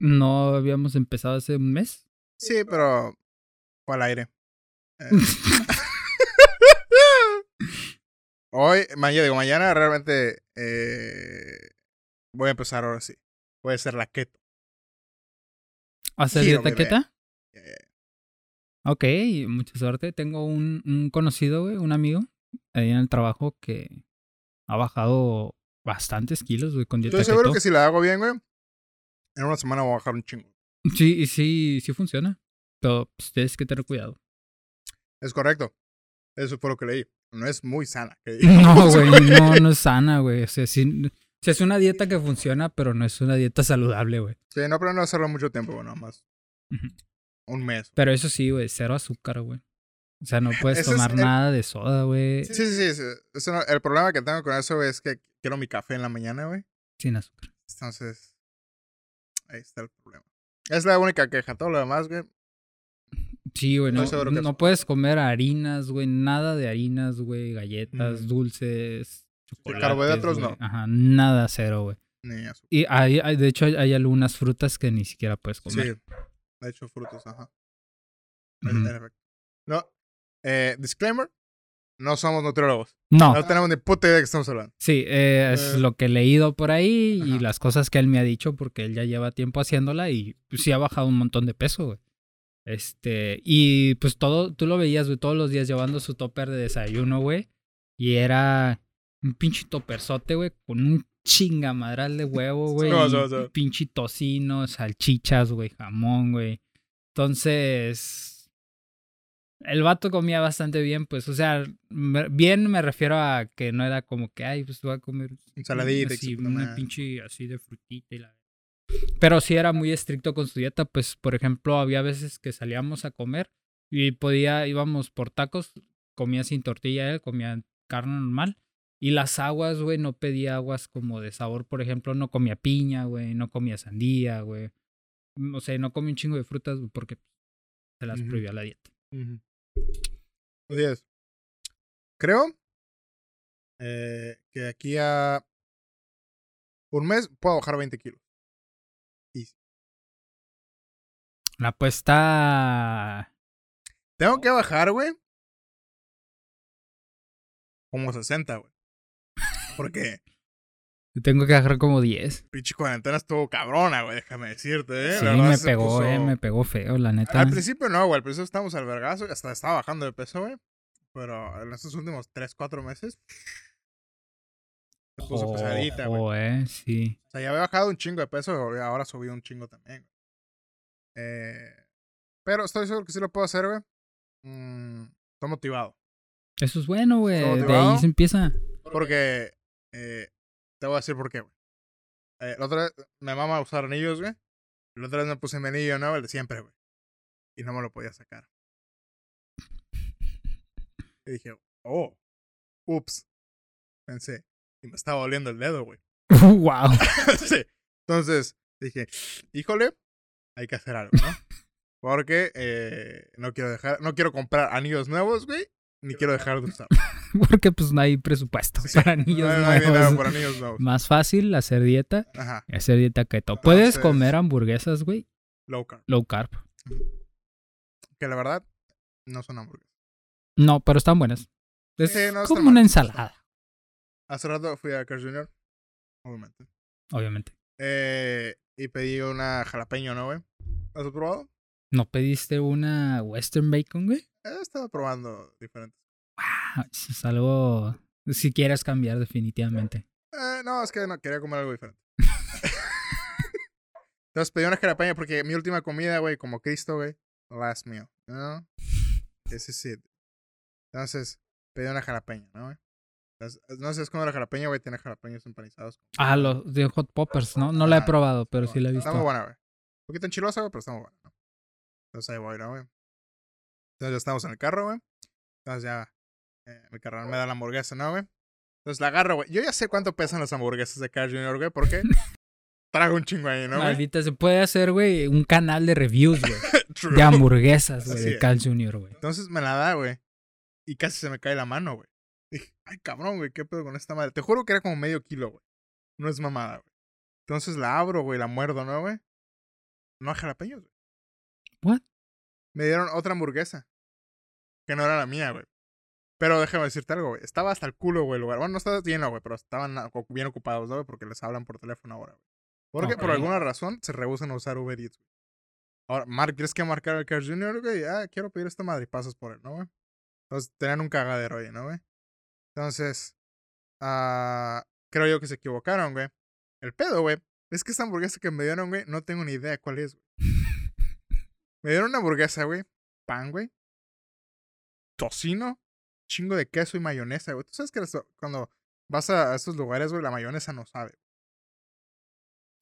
S2: No habíamos empezado hace un mes.
S1: Sí, pero fue al aire. eh.
S2: [laughs]
S1: Hoy, mañana, digo, mañana realmente eh, voy a empezar ahora sí. Voy a hacer la keto.
S2: ¿Hacer
S1: Giro,
S2: de
S1: bebé.
S2: taqueta?
S1: Eh,
S2: Ok, mucha suerte. Tengo un, un conocido, güey, un amigo ahí en el trabajo que ha bajado bastantes kilos, güey, con dieta
S1: Estoy seguro
S2: keto.
S1: que si la hago bien, güey, en una semana voy a bajar un chingo.
S2: Sí, y sí, sí funciona. Pero pues, tienes que tener cuidado.
S1: [laughs] Es correcto. Eso fue lo que leí. No es muy sana.
S2: [laughs]
S1: que digamos,
S2: No, güey, no, no es sana, güey. O sea, sí- o sea, es una dieta que funciona, pero no es una dieta saludable, güey.
S1: Sí, no planeo hacerlo mucho tiempo, bueno, más.
S2: Ujú.
S1: Un mes.
S2: Pero eso sí, güey, cero azúcar, güey. O sea, no puedes
S1: Eso es
S2: tomar
S1: el-
S2: nada de soda, güey,
S1: Sí, sí, sí. sí. Eso no- el problema que tengo con eso güey, es que quiero mi café en la mañana, güey.
S2: sin azúcar.
S1: Entonces, ahí está el problema. Es la única queja. Todo lo demás, güey.
S2: Sí, güey, no,
S1: Estoy seguro que
S2: no
S1: eso-
S2: puedes comer harinas, güey, nada de harinas, güey, galletas,
S1: Mm.
S2: dulces, chocolates.
S1: carbohidratos
S2: güey.
S1: no.
S2: Ajá, nada, cero, güey.
S1: Ni azúcar.
S2: Y hay, hay- de hecho, hay, hay algunas frutas que ni siquiera puedes
S1: Sí.
S2: comer.
S1: De hecho, frutos, ajá.
S2: Ujú.
S1: En efecto. No. eh, disclaimer. No somos nutriólogos.
S2: No,
S1: No tenemos ni puta idea de qué estamos hablando.
S2: sí, eh, es
S1: Eh.
S2: lo que he leído por ahí y
S1: Ajá.
S2: las cosas que él me ha dicho porque él ya lleva tiempo haciéndola y pues, sí ha bajado un montón de peso, güey. Este, y pues todo, tú lo veías, güey, todos los días llevando su topper de desayuno, güey. Y era un pinche toperzote, güey, con un chingamadral de huevo, güey.
S1: No,
S2: y
S1: no, no.
S2: Pinche tocino, salchichas, güey, jamón, güey. Entonces, el vato comía bastante bien, pues, o sea, me- bien me refiero a que no era como que, ay, pues voy a comer
S1: Ensaladita. y
S2: así,
S1: su puta
S2: una
S1: madre.
S2: pinche así de frutita y la... Pero sí era muy estricto con su dieta, pues, por ejemplo, había veces que salíamos a comer y podía, íbamos por tacos, comía sin tortilla él, comía carne normal. Y las aguas, güey, no pedía aguas como de sabor, por ejemplo, no comía piña, güey, no comía sandía, güey. Mm, O sea, no comía un chingo de frutas güey, porque se las
S1: Ujú.
S2: prohibió la dieta.
S1: Ujú. Así es. Creo eh, que de aquí a un mes puedo bajar 20 kilos.
S2: La apuesta...
S1: Tengo que bajar, güey. Como 60, güey. Porque
S2: Tengo que agarrar como 10.
S1: pinche cuarentena estuvo cabrona, güey. Déjame decirte, eh. La
S2: Sí,
S1: verdad
S2: me
S1: se
S2: pegó,
S1: puso-
S2: eh, me pegó feo, la neta.
S1: Al principio no, güey. Al principio estábamos al vergazo. Hasta estaba bajando de peso, güey. Pero en estos últimos 3, 4 meses. Se puso
S2: Jo-
S1: pesadita, güey.
S2: jo, Oh, eh, sí.
S1: O sea, ya había bajado un chingo de peso, güey, ahora subí un chingo también. güey. Eh, pero estoy seguro que sí lo puedo hacer, güey. Mm, estoy motivado.
S2: Eso es bueno, güey.
S1: ¿Estás
S2: De
S1: motivado?
S2: ahí se empieza. [laughs]
S1: Porque eh, te voy a decir por qué, güey. Eh, la otra vez me mama usar anillos, güey. La otra vez me puse mi anillo nuevo, el de siempre, güey. Y no me lo podía sacar. Y dije, oh, ups. Pensé, y me estaba doliendo el dedo, güey. [laughs]
S2: wow.
S1: Sí. Entonces dije, híjole, hay que hacer algo, ¿no? Porque eh, no quiero dejar, no quiero comprar anillos nuevos, güey, ni quiero dejar de [laughs] usar.
S2: Porque pues no hay presupuesto
S1: Sí.
S2: para niños
S1: no, no hay dinero
S2: nuevos.
S1: por anillos nuevos.
S2: Más fácil hacer dieta
S1: Ajá,
S2: y hacer dieta keto. Puedes
S1: Entonces-
S2: comer hamburguesas, güey,
S1: low carb.
S2: low carb.
S1: Que la verdad, no son hamburguesas.
S2: No, pero están buenas. Es
S1: Sí, no, están
S2: como una
S1: buenas.
S2: ensalada,
S1: Hace rato fui a Carl Jr., obviamente.
S2: obviamente.
S1: Eh, y pedí una jalapeño, ¿no, güey? ¿Has probado?
S2: ¿No pediste una Western Bacon, güey?
S1: He estado probando diferentes.
S2: Ah, eso es algo... Si quieres cambiar definitivamente.
S1: Eh, no, es que no, quería comer algo diferente. Entonces pedí una jalapeño porque mi última comida, güey, como Cristo, güey, last meal, ¿no? Ese sí. Entonces pedí una jalapeño, ¿no, güey? Entonces, no sé, es como la jalapeño, güey, tiene jalapeños empanizados.
S2: Ah, los de Hot Poppers, ¿no? No la he
S1: Ajá.
S2: probado, pero sí la he
S1: Ah, Está muy
S2: visto.
S1: buena, güey. Un poquito enchilosa, güey, pero está muy buena, ¿no? Entonces ahí voy, ¿no, güey? Entonces ya estamos en el carro, güey. Entonces ya eh, mi carnal me da la hamburguesa, ¿no, güey? Entonces la agarro, güey. Yo ya sé cuánto pesan las hamburguesas de Carl Jr., güey,
S2: [laughs]
S1: porque trago un chingo ahí, ¿no, güey?
S2: Maldita, se puede hacer, güey, un canal de reviews, güey.
S1: [laughs] True. [laughs]
S2: De hamburguesas, güey,
S1: Así
S2: de
S1: es.
S2: Carl Jr., güey.
S1: Entonces me la da, güey. Y casi se me cae la mano, güey. Dije, ay, cabrón, güey, qué pedo con esta madre. Te juro que era como medio kilo, güey. No es mamada, güey. Entonces la abro, güey, la muerdo, ¿no, güey? No hay jalapeños, güey.
S2: What?
S1: Me dieron otra hamburguesa. Que no era la mía, güey. Pero déjame decirte algo, güey. Estaba hasta el culo, güey, el lugar. Bueno, no estaba lleno, güey, pero estaban ah, ocu- bien ocupados, ¿no, güey? Porque les hablan por teléfono ahora, güey. Porque por
S2: Ok.
S1: alguna razón se rehusan a usar Uber Eats, güey. Ahora, Mark, ¿quieres que marcar al Carl Jr., güey? Ah, quiero pedir esta madre y pasas por él, ¿no, güey? Entonces, tenían un cagadero ahí, ¿no, güey? Entonces, ah, creo yo que se equivocaron, güey. El pedo, güey, es que esta hamburguesa que me dieron, güey, no tengo ni idea cuál es, güey. Me dieron una hamburguesa, güey, pan, güey, tocino, chingo de queso y mayonesa, güey. Tú sabes que las- cuando vas a a estos lugares, güey, la mayonesa no sabe.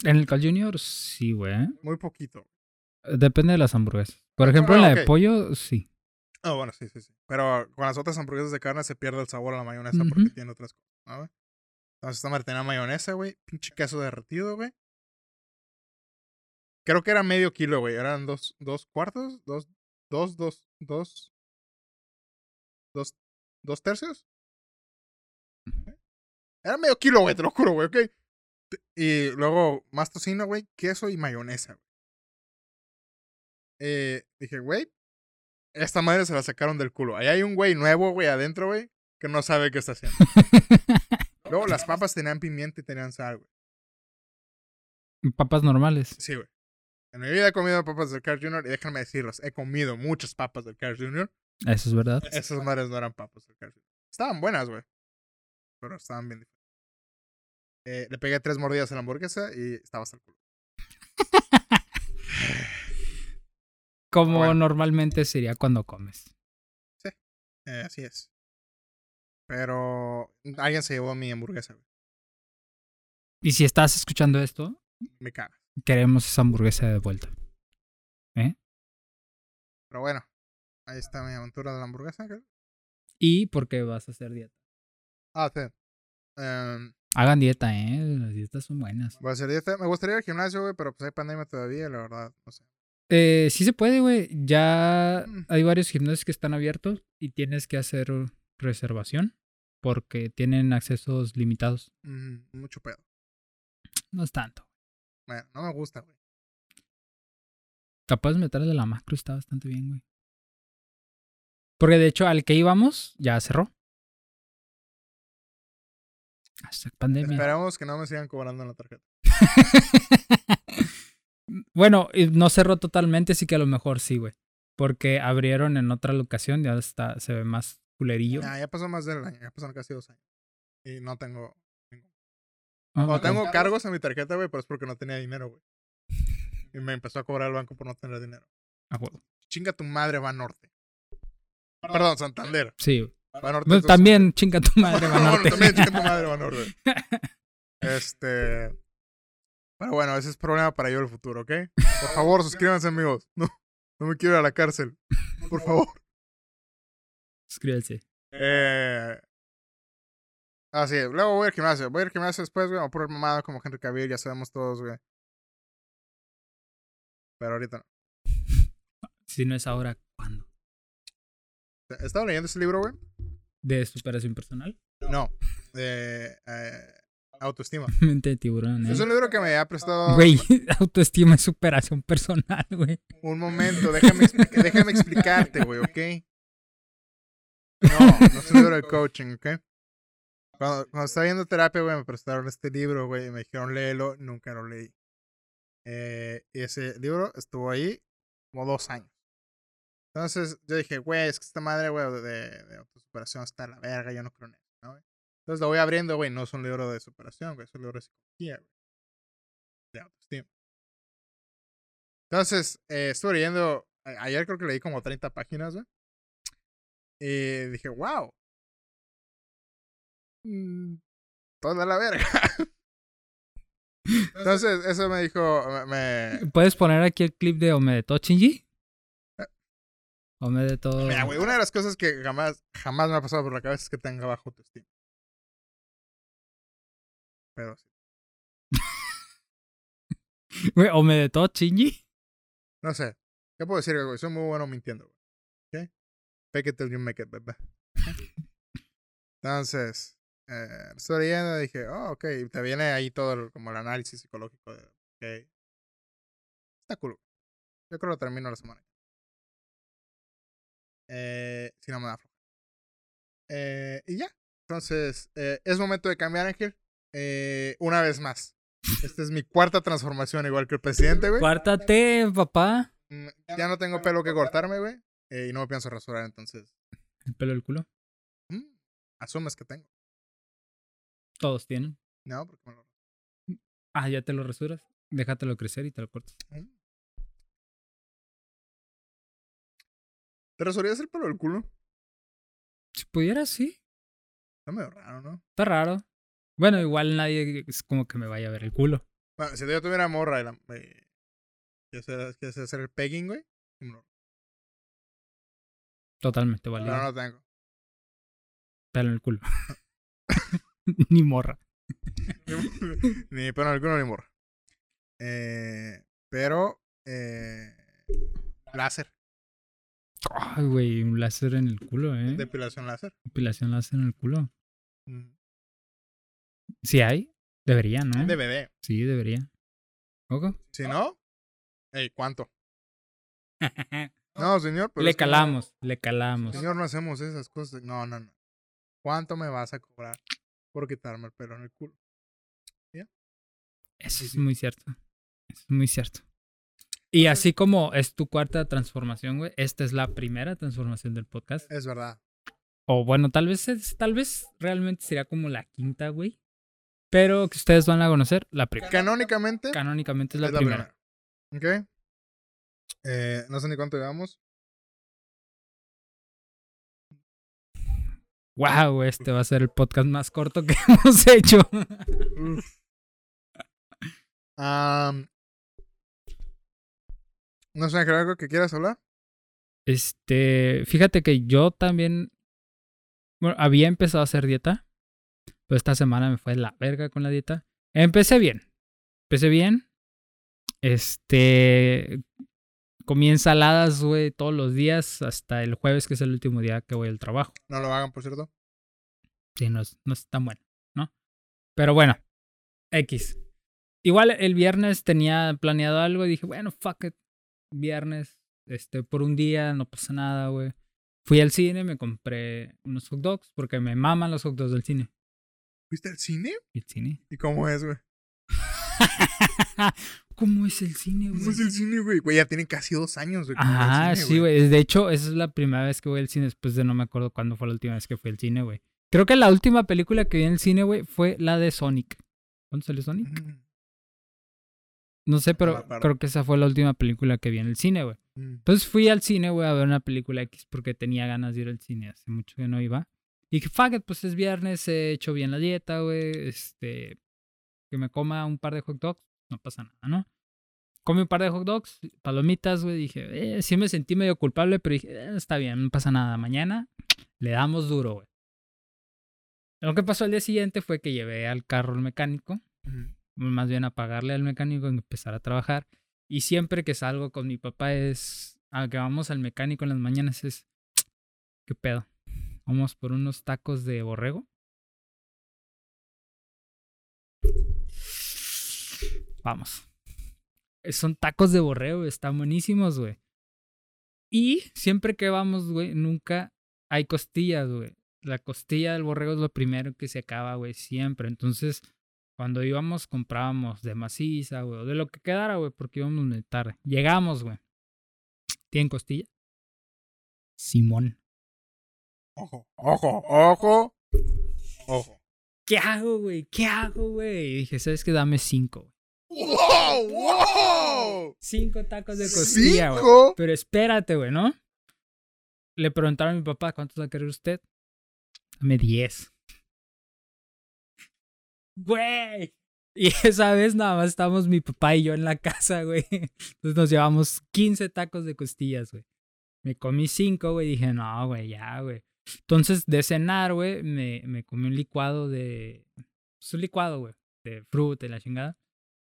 S2: En el Carl Jr., sí, güey.
S1: Muy poquito.
S2: Depende de las hamburguesas. Por ejemplo, en
S1: Ah,
S2: la
S1: ok.
S2: de pollo, sí. [laughs]
S1: Ah, bueno, sí, sí, sí. Pero con las otras hamburguesas de carne se pierde el sabor a la mayonesa porque
S2: Ujú.
S1: tiene otras cosas, ¿no, güey? Entonces esta madre tenía mayonesa, güey, pinche queso derretido, güey. Creo que era medio kilo, güey. Eran dos, dos cuartos, dos, dos, dos, dos, dos, dos tercios. Era medio kilo, güey, te lo juro, güey, ok. Te- Y luego más tocino, güey, queso y mayonesa, güey. Eh, dije, güey, esta madre se la sacaron del culo. Ahí hay un güey nuevo, güey, adentro, güey, que no sabe qué está haciendo. Luego, [laughs] las papas tenían pimienta y tenían sal, güey.
S2: Papas normales.
S1: Sí, güey. En mi vida he comido papas del Carl Jr. y déjenme decirlos, he comido muchas papas del Carl Jr.
S2: Eso es verdad.
S1: Esas madres no eran papas del Carl Jr. Estaban buenas, güey. Pero estaban bien diferentes. Eh, le pegué tres mordidas a la hamburguesa y estaba hasta el culo.
S2: Como
S1: Bueno.
S2: normalmente sería cuando comes.
S1: Eh, así es. Pero mm, alguien se llevó mi hamburguesa, güey.
S2: Y si estás escuchando esto,
S1: Me caga.
S2: queremos esa hamburguesa de vuelta.
S1: Pero bueno, ahí está mi aventura de la hamburguesa. creo.
S2: ¿Y por qué vas a hacer dieta?
S1: Ah, sí. Em,
S2: Hagan dieta, ¿eh? Las dietas son buenas.
S1: voy a hacer dieta. Me gustaría ir al gimnasio, güey, pero pues hay pandemia todavía, la verdad. No sé.
S2: Eh, sí se puede, güey. Ya
S1: Mm.
S2: hay varios gimnasios que están abiertos y tienes que hacer reservación porque tienen accesos limitados.
S1: Mm, mucho pedo.
S2: No es tanto.
S1: Bueno, no me gusta, güey.
S2: Capaz de meterle la macro está bastante bien, güey. Porque de hecho al que íbamos ya cerró. Hasta pandemia.
S1: Esperamos que no me sigan cobrando en la tarjeta.
S2: Bueno, y no cerró totalmente, así que a lo mejor sí, güey. Porque abrieron en otra locación, ya está, se ve más culerillo.
S1: Ah, ya pasó más del año, ya pasaron casi dos años. Y no tengo.
S2: Ah,
S1: O
S2: ok.
S1: tengo cargos en mi tarjeta, güey, pero es porque no tenía dinero, güey. Y me empezó a cobrar el banco por no tener dinero.
S2: Ah, güey.
S1: Chinga tu madre, va norte. Perdón, Santander.
S2: Sí, güey.
S1: Banorte
S2: Bueno,
S1: es-
S2: también chinga tu [laughs] madre,
S1: [laughs] Bueno,
S2: Banorte.
S1: también chinga tu madre, Banorte. Este. Pero bueno, ese es problema para yo el futuro, ¿ok? Por favor, suscríbanse, amigos. No, no me quiero ir a la cárcel. Por favor.
S2: Suscríbanse.
S1: Eh. Ah, sí, luego voy al gimnasio. Voy al gimnasio después, güey. O por el mamado como Henry Cavill, ya sabemos todos, güey. Pero ahorita no.
S2: Si no es ahora, ¿cuándo?
S1: ¿Estaba leyendo ese libro, güey?
S2: ¿De superación personal? [laughs]
S1: No. De eh, autoestima.
S2: Mente de tiburón, ¿eh?
S1: Es un libro que me ha prestado
S2: [laughs] Güey, [laughs] autoestima es superación personal, güey.
S1: un momento. Déjame, explica- déjame explicarte, güey, ¿ok? No, no es un libro de coaching, ¿ok? Cuando, cuando estaba viendo terapia, güey, me prestaron este libro, güey, y me dijeron léelo. Nunca lo leí. Eh, y ese libro estuvo ahí como dos años. Entonces yo dije, güey, es que esta madre, güey, de, de autosuperación está la verga, yo no creo en eso, ¿no, güey? Entonces lo voy abriendo, güey, no es un libro de superación, güey, es un libro de psicología, güey. De autoestima. Entonces, eh, estuve leyendo, a- ayer creo que leí como 30 páginas, güey. Y dije, wow. Toda Mm, la verga. [laughs] Entonces, eso me dijo, me- me,
S2: ¿Puedes poner aquí el clip de Omedeto Chingy? Omedeto.
S1: Mira, güey, una de las cosas que jamás, jamás me ha pasado por la cabeza es que tenga bajo autoestima. Pero sí.
S2: Güey, Omedeto Chingy.
S1: No sé. ¿Qué puedo decir, güey? Soy muy bueno mintiendo, güey. ¿Ok? Fake it till you make it, bebé. ¿Ok? Entonces, eh, estoy leyendo y dije, oh, ok. Y te viene ahí todo el- como el análisis psicológico de, ok. Está cool. güey. Yo creo que lo termino la semana. Eh, si no me da floja. Eh, y ya. Entonces, eh, es momento de cambiar, Ángel. Eh, una vez más. Esta es mi cuarta transformación, igual que el presidente, güey.
S2: Cuártate, papá.
S1: Mm, Ya no tengo pelo que cortarme, güey. eh, y no me pienso rasurar, entonces.
S2: El pelo del culo.
S1: mm, asumes que tengo.
S2: Todos tienen.
S1: No, porque me lo-
S2: Ah, ya te lo rasuras. Déjatelo crecer y te lo cortas.
S1: mm. ¿Te rasurarías el pelo del culo?
S2: Si pudieras, sí.
S1: Está medio raro, ¿no?
S2: Está raro. Bueno, igual nadie es como que me vaya a ver el culo.
S1: Bueno, si yo tuviera morra y la. eh, que sé- que sé hacer el pegging, güey. me lo-
S2: Totalmente válido.
S1: Pero no lo tengo. [laughs]
S2: Pelo en el culo. [laughs] Ni morra.
S1: ni pelo en el culo ni morra. Eh, pero. Eh, láser.
S2: Ay, güey, un láser en el culo, ¿eh?
S1: Depilación láser.
S2: Depilación láser en el culo.
S1: Mm.
S2: Si hay, debería,
S1: ¿Eh?
S2: ¿no?
S1: DVD.
S2: Sí, debería. ¿Ojo?
S1: Si no. Ey, [laughs] ¿cuánto? No, señor, pero
S2: le
S1: es que no-
S2: calamos, le calamos.
S1: Señor, no hacemos esas cosas. No, no, no. ¿Cuánto me vas a cobrar por quitarme el pelo en el culo?
S2: Eso
S1: Sí,
S2: es
S1: sí.
S2: muy cierto. Eso es muy cierto. Y así como es tu cuarta transformación, güey, esta es la primera transformación del podcast.
S1: Es verdad.
S2: O bueno, tal vez es- tal vez realmente sería como la quinta, güey. Pero que ustedes van a conocer la primera.
S1: Canónicamente
S2: Canónicamente es la, primera.
S1: primera. Ok. Eh, no sé ni cuánto llevamos.
S2: Wow, güey, este va a ser el podcast más corto que [laughs] hemos hecho.
S1: Am, no sé, Ángel, algo que quieras hablar.
S2: Este, fíjate que yo también bueno, había empezado a hacer dieta, pero esta semana me fue la verga con la dieta. Empecé bien. Empecé bien. Este, comí ensaladas, güey, todos los días hasta el jueves que es el último día que voy al trabajo.
S1: No lo hagan, por cierto.
S2: Sí, no es, no es tan bueno, ¿no? Pero bueno, X. Igual el viernes tenía planeado algo y dije, bueno, fuck it. Viernes, este, por un día, no pasa nada, güey. Fui al cine, me compré unos hot dogs porque me maman los hot dogs del cine.
S1: ¿Fuiste al cine?
S2: ¿El cine? [laughs]
S1: ¿Y cómo es, güey?
S2: ¿Cómo es el cine,
S1: ¿Cómo
S2: güey?
S1: es el cine, güey? Güey, ya tiene casi dos años, güey. que no voy al
S2: Ajá,
S1: cine,
S2: Ah, sí, güey. De hecho, esa es la primera vez que voy al cine después de no me acuerdo cuándo fue la última vez que fui al cine, güey. Creo que la última película que vi en el cine, güey, fue la de Sonic. ¿Cuándo salió Sonic?
S1: Mm,
S2: No sé,
S1: me
S2: pero
S1: acuerdo.
S2: creo que esa fue la última película que vi en el cine, güey.
S1: mm.
S2: Entonces fui al cine, güey, a ver una película X porque tenía ganas de ir al cine. Hace mucho que no iba. Y dije, fuck it, pues es viernes, he hecho bien la dieta, güey. Este, que me coma un par de hot dogs, no pasa nada, ¿no? Comí un par de hot dogs, palomitas, güey. Dije, eh, sí me sentí medio culpable, pero dije, eh, está bien, no pasa nada. Mañana le damos duro, güey. Lo que pasó al día siguiente fue que llevé al carro al mecánico
S1: Ujú.
S2: más bien a pagarle al mecánico y empezar a trabajar. Y siempre que salgo con mi papá es, a que vamos al mecánico en las mañanas es, ¿qué pedo? Vamos por unos tacos de borrego. Vamos. Eh, Son tacos de borrego, están buenísimos, güey. Y siempre que vamos, güey, nunca hay costillas, güey. La costilla del borrego es lo primero que se acaba, güey, siempre. Entonces, cuando íbamos, comprábamos de maciza, güey, o de lo que quedara, güey, porque íbamos muy tarde. Llegamos, güey. ¿Tienen costilla? Simón.
S1: Ojo, ojo, ojo. Ojo.
S2: ¿Qué hago, güey? ¿Qué hago, güey? Y dije, ¿sabes qué? Dame cinco, güey.
S1: ¡Wow! ¡Wow!
S2: Cinco tacos de costilla, güey.
S1: ¡Cinco!
S2: Pero espérate, güey, ¿no? Le preguntaron a mi papá, ¿cuántos va a querer usted? Dame diez. Güey. Y [laughs] esa vez nada más estábamos mi papá y yo en la casa, güey. Entonces nos llevamos 15 tacos de costillas, güey. Me comí 5, güey. Dije, no, güey, ya, güey. Entonces, de cenar, güey, me, me comí un licuado de... Es un licuado, güey. De fruta y la chingada.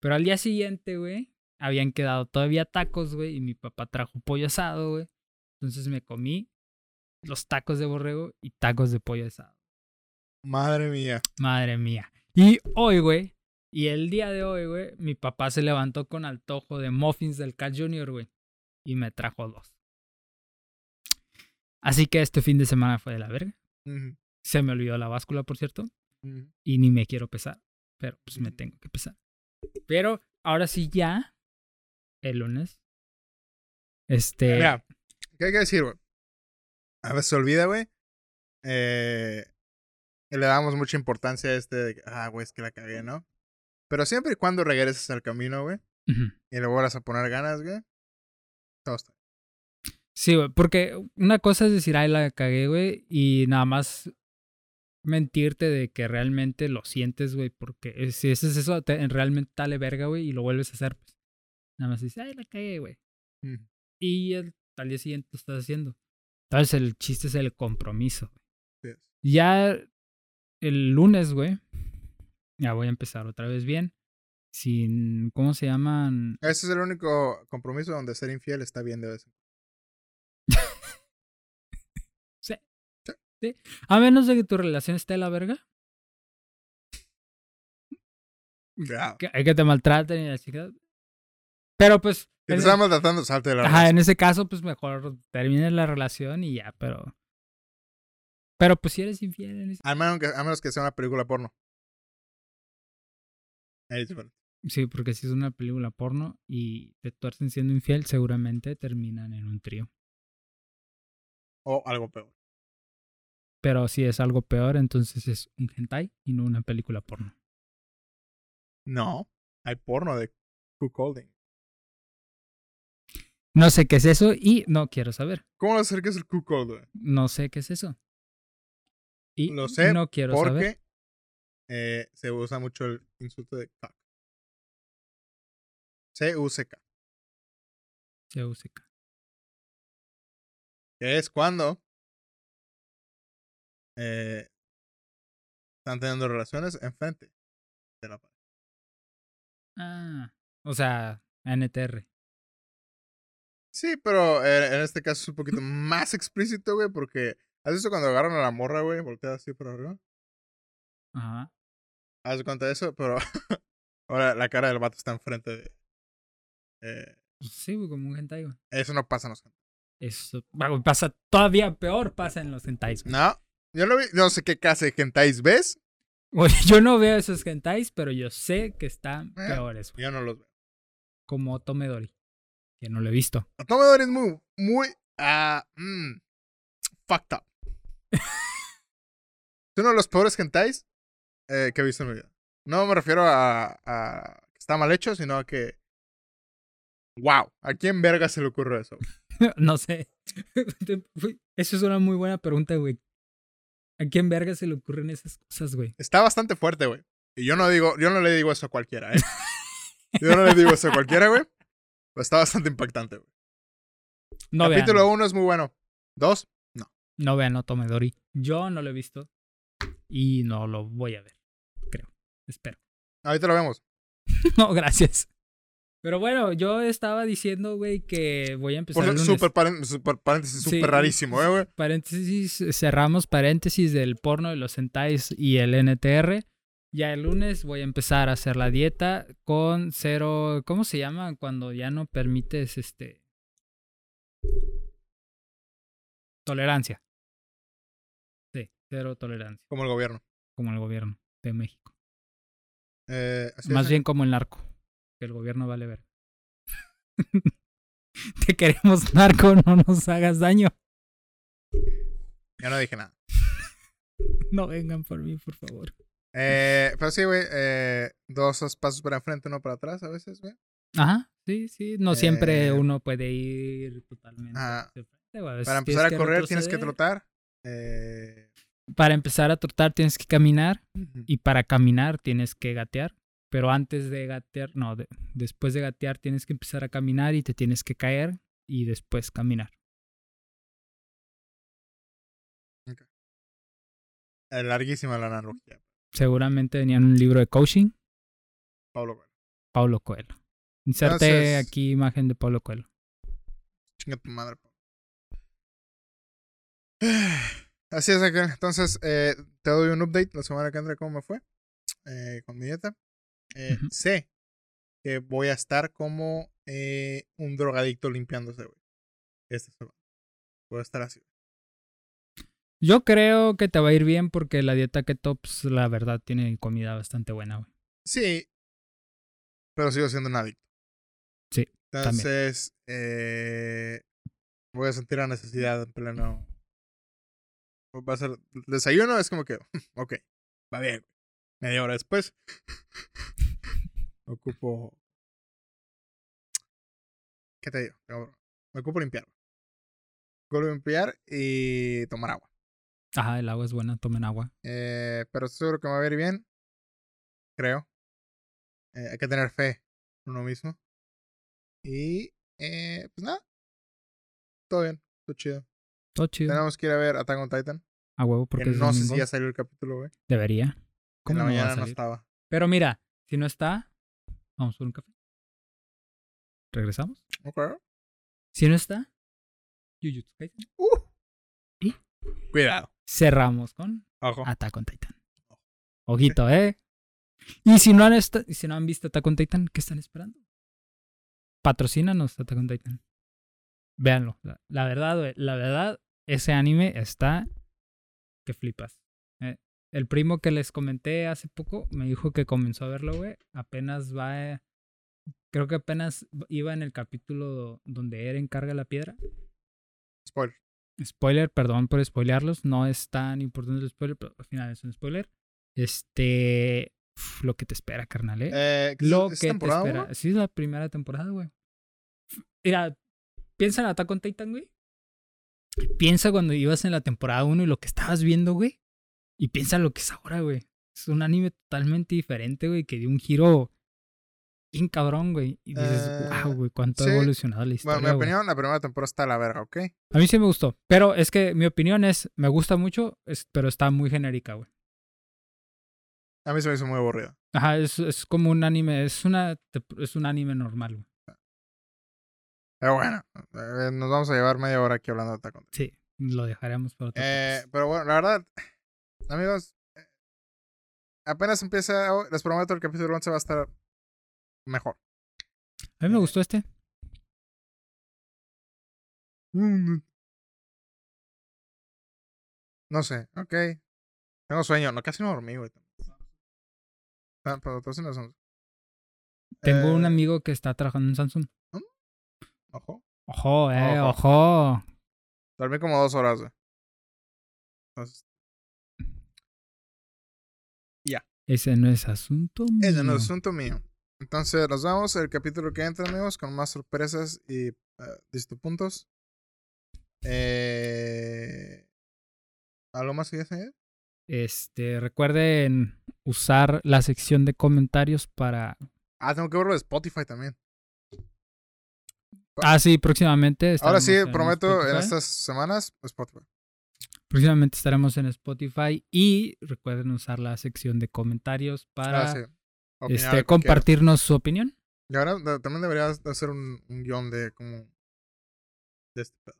S2: Pero al día siguiente, güey, habían quedado todavía tacos, güey. Y mi papá trajo pollo asado, güey. Entonces me comí los tacos de borrego y tacos de pollo asado.
S1: Madre mía.
S2: Madre mía. Y hoy, güey, y el día de hoy, güey, mi papá se levantó con antojo de muffins del Cat Junior, güey, y me trajo dos. Así que este fin de semana fue de la verga.
S1: Ujú,
S2: Se me olvidó la báscula, por cierto,
S1: ujú.
S2: y ni me quiero pesar, pero pues me tengo que pesar. Pero ahora sí ya, el lunes, este,
S1: Mira, ¿qué hay que decir, güey? A veces se olvida, güey. Eh, y le damos mucha importancia a este de que, ah, güey, es que la cagué, ¿no? Pero siempre y cuando regreses al camino, güey,
S2: ujú.
S1: y le vuelvas a poner ganas, güey, todo está.
S2: Sí, güey, porque una cosa es decir, ay, la cagué, güey, y nada más mentirte de que realmente lo sientes, güey, porque eh, si ese es eso, te- realmente dale verga, güey, y lo vuelves a hacer, pues nada más dices, ay, la cagué, güey,
S1: Ujú.
S2: y el, al día siguiente lo estás haciendo. Entonces el chiste es el compromiso.
S1: Sí es.
S2: Ya el lunes, güey, ya voy a empezar otra vez bien, sin, ¿cómo se llaman?
S1: Ese es el único compromiso donde ser infiel está bien de vez. en
S2: A menos de que tu relación esté de la verga.
S1: cuando.
S2: que, eh, que te maltraten y la chica. Pero pues.
S1: Si te
S2: en-
S1: están maltratando, salte de la
S2: ajá,
S1: relación.
S2: en ese caso, pues mejor termine la relación y ya, pero. Pero pues si eres infiel, eres-
S1: A menos que, a menos que sea una película porno. Ahí es diferente.
S2: Sí, porque si es una película porno y te tuercen siendo infiel, seguramente terminan en un trío.
S1: O algo peor.
S2: Pero si es algo peor, entonces es un hentai y no una película porno.
S1: No. Hay porno de cuckolding.
S2: No sé qué es eso y no quiero saber.
S1: ¿Cómo lo acercas el cuckold, güey?
S2: No sé qué es eso. Y
S1: Lo sé
S2: no quiero saber.
S1: Porque eh, se usa mucho el insulto de cock. C-U-C-K.
S2: Se usa acá.
S1: que es cuando eh, están teniendo relaciones enfrente de la pareja.
S2: Ah, o sea, NTR.
S1: Sí, pero eh, en este caso es un poquito más explícito, güey, porque ¿has visto cuando agarran a la morra, güey, volteada así por arriba?
S2: Ajá.
S1: ¿Has de cuenta de eso? Pero [laughs] ahora la cara del vato está enfrente de... eh,
S2: Pues sí, güey, como un hentai, güey.
S1: eso no pasa en los
S2: Eso ah, güey, pasa todavía peor, pasa en los hentais. [laughs] güey.
S1: No, yo lo vi, no sé qué clase de gentais ves,
S2: Güey, yo no veo esos hentais, pero yo sé que están
S1: Eh.
S2: peores, güey.
S1: yo no los veo.
S2: Como Tomedori, que no lo he visto. [laughs]
S1: Atomedor es muy, muy, ah, mm, fucked
S2: [laughs]
S1: up. es uno de los peores hentais eh, que he visto en mi vida. No me refiero a, a que está mal hecho, sino a que, wow, ¿a quién verga se le ocurrió eso?
S2: No sé. [laughs] Güey, Eso es una muy buena pregunta, güey. ¿A quién verga se le ocurren esas cosas, güey?
S1: Está bastante fuerte, güey. Y yo no digo, yo no le digo eso a
S2: [laughs]
S1: cualquiera, ¿eh? Yo no le digo eso a cualquiera, güey. Pero está bastante impactante, güey.
S2: No vean.
S1: Capítulo 1 es muy bueno. 2,
S2: No vean, no Tomedori. Yo no lo he visto y no lo voy a ver. Creo. Espero. [laughs]
S1: ahorita lo vemos.
S2: No, gracias. Pero bueno, yo estaba diciendo, güey, que voy a empezar.
S1: Por
S2: el
S1: cierto,
S2: lunes.
S1: super, paren- super paréntesis,
S2: Sí.
S1: súper rarísimo, ¿eh, güey?
S2: Paréntesis, cerramos paréntesis del porno de los hentais y el NTR. Ya el lunes voy a empezar a hacer la dieta con cero. ¿Cómo se llama? Cuando ya no permites este. Tolerancia. Sí, cero tolerancia,
S1: Como el gobierno.
S2: como el gobierno de México.
S1: Eh, así
S2: Más
S1: es.
S2: bien como el narco. Que el gobierno vale ver. [laughs] Te queremos narco, no nos hagas daño.
S1: Yo no dije
S2: [laughs]
S1: nada.
S2: No vengan por mí, por favor.
S1: Eh, pero sí, güey. eh, dos pasos para enfrente, uno para atrás a veces, güey.
S2: Ajá, sí, sí. No siempre
S1: Eh,
S2: uno puede ir totalmente.
S1: ah,
S2: de frente, o a veces
S1: Para
S2: tienes
S1: empezar a correr tienes que
S2: retroceder.
S1: trotar. Eh,
S2: Para empezar a trotar tienes que caminar. Y para caminar tienes que gatear. Pero antes de gatear, no, de- después de gatear tienes que empezar a caminar y te tienes que caer y después caminar.
S1: eh, larguísima la analogía,
S2: Seguramente venían un libro de coaching.
S1: Pablo. güey.
S2: Pablo Coelho. Inserte
S1: Entonces-
S2: aquí imagen de Pablo Coelho.
S1: Chinga tu madre, Pablo. [sighs] Así es, Ángel. Entonces, eh, te doy un update la semana que entra, cómo me fue eh, con mi dieta. Eh,
S2: Ujú.
S1: Sé que voy a estar como eh, un drogadicto limpiándose, güey. Este Esta semana. Voy a estar así.
S2: Yo creo que te va a ir bien porque la dieta keto, pues, la verdad, tiene comida bastante buena, güey.
S1: Sí. Pero sigo siendo un adicto.
S2: Sí, también.
S1: Entonces, eh, voy a sentir la necesidad en pleno. Va a ser desayuno, es como que, [laughs] ok, va bien. Media hora después, [laughs] ocupo. ¿Qué te digo? cabrón? Me ocupo limpiar. Ocupo limpiar y tomar agua.
S2: Ajá, el agua es buena, tomen agua.
S1: Eh, pero estoy seguro que me va a ir bien. Creo. Eh, hay que tener fe en uno mismo. Y eh, pues nada. Todo bien. Todo chido.
S2: Todo chido.
S1: Tenemos que ir a ver Attack on Titan.
S2: A huevo,
S1: Que
S2: porque es
S1: no sé si
S2: domingo.
S1: ya salió el capítulo, güey.
S2: Debería.
S1: En
S2: ¿Cómo
S1: la
S2: no va a
S1: mañana no
S2: salir?
S1: estaba.
S2: Pero mira, si no está, vamos por un café. ¿Regresamos?
S1: Ok.
S2: Si no está, Jujutsu Kaisen.
S1: Uh.
S2: ¿Y?
S1: Cuidado.
S2: Cerramos con
S1: Ojo.
S2: Attack on Titan. Ojito, ¿eh? Y si no han, est- y si no han visto Attack on Titan, ¿qué están esperando? Patrocínanos Attack on Titan. Véanlo. La, la verdad, güey, la verdad, ese anime está que flipas. Eh, el primo que les comenté hace poco me dijo que comenzó a verlo, güey. Apenas va. eh, creo que apenas iba en el capítulo donde Eren carga la piedra.
S1: Spoiler.
S2: Spoiler, perdón por spoilearlos. No es tan importante el spoiler, pero al final es un spoiler. Este. uf, lo que te espera, carnal, eh.
S1: Eh, ¿es-
S2: Lo
S1: es
S2: que te
S1: temporada
S2: espera.
S1: uno?
S2: Sí, es la primera temporada, güey. Mira, piensa en Attack on Titan, güey. Piensa cuando ibas en la temporada 1 y lo que estabas viendo, güey. Y piensa lo que es ahora, güey. Es un anime totalmente diferente, güey, que dio un giro bien cabrón, güey. Y dices,
S1: Eh,
S2: wow, güey, cuánto
S1: sí.
S2: ha evolucionado la historia.
S1: Bueno, mi
S2: güey".
S1: opinión, la primera temporada está a la verga, ¿ok?
S2: A mí sí me gustó. Pero es que mi opinión es, me gusta mucho, es- pero está muy genérica, güey.
S1: A mí se me hizo muy aburrido.
S2: Ajá, es, es como un anime, es, una, es un anime normal, güey.
S1: Pero bueno, eh, nos vamos a llevar media hora aquí hablando de Attack on Titan.
S2: Sí, lo dejaremos para otro
S1: Eh,
S2: podcast.
S1: pero bueno, la verdad, amigos, eh, apenas empieza, hoy, les prometo el capítulo 11 va a estar mejor.
S2: A
S1: eh,
S2: mí me gustó este.
S1: No sé, ok. Tengo sueño, no, casi no dormí, güey. Ah, pero todos en las once.
S2: Tengo un
S1: Eh,
S2: amigo que está trabajando en Samsung.
S1: Ojo.
S2: Ojo, eh,
S1: Ojo.
S2: ojo.
S1: Dormí como dos horas, güey. Entonces,
S2: Ese no es asunto mío.
S1: ese no es asunto mío. Entonces, nos vamos al capítulo que entra, amigos, con más sorpresas y eh, distopuntos. Eh, ¿Algo más que ya añadir?
S2: Este, recuerden usar la sección de comentarios para.
S1: Ah, tengo que verlo de Spotify también.
S2: Ah, sí, próximamente.
S1: Ahora
S2: estaremos
S1: sí,
S2: en
S1: prometo, en
S2: Spotify.
S1: estas semanas, Spotify.
S2: Próximamente estaremos en Spotify y recuerden usar la sección de comentarios para
S1: Ah, sí. Opinar
S2: este,
S1: de cualquier-
S2: compartirnos su opinión.
S1: Y ahora de- también deberías de hacer un, un guión de como. De este pedo.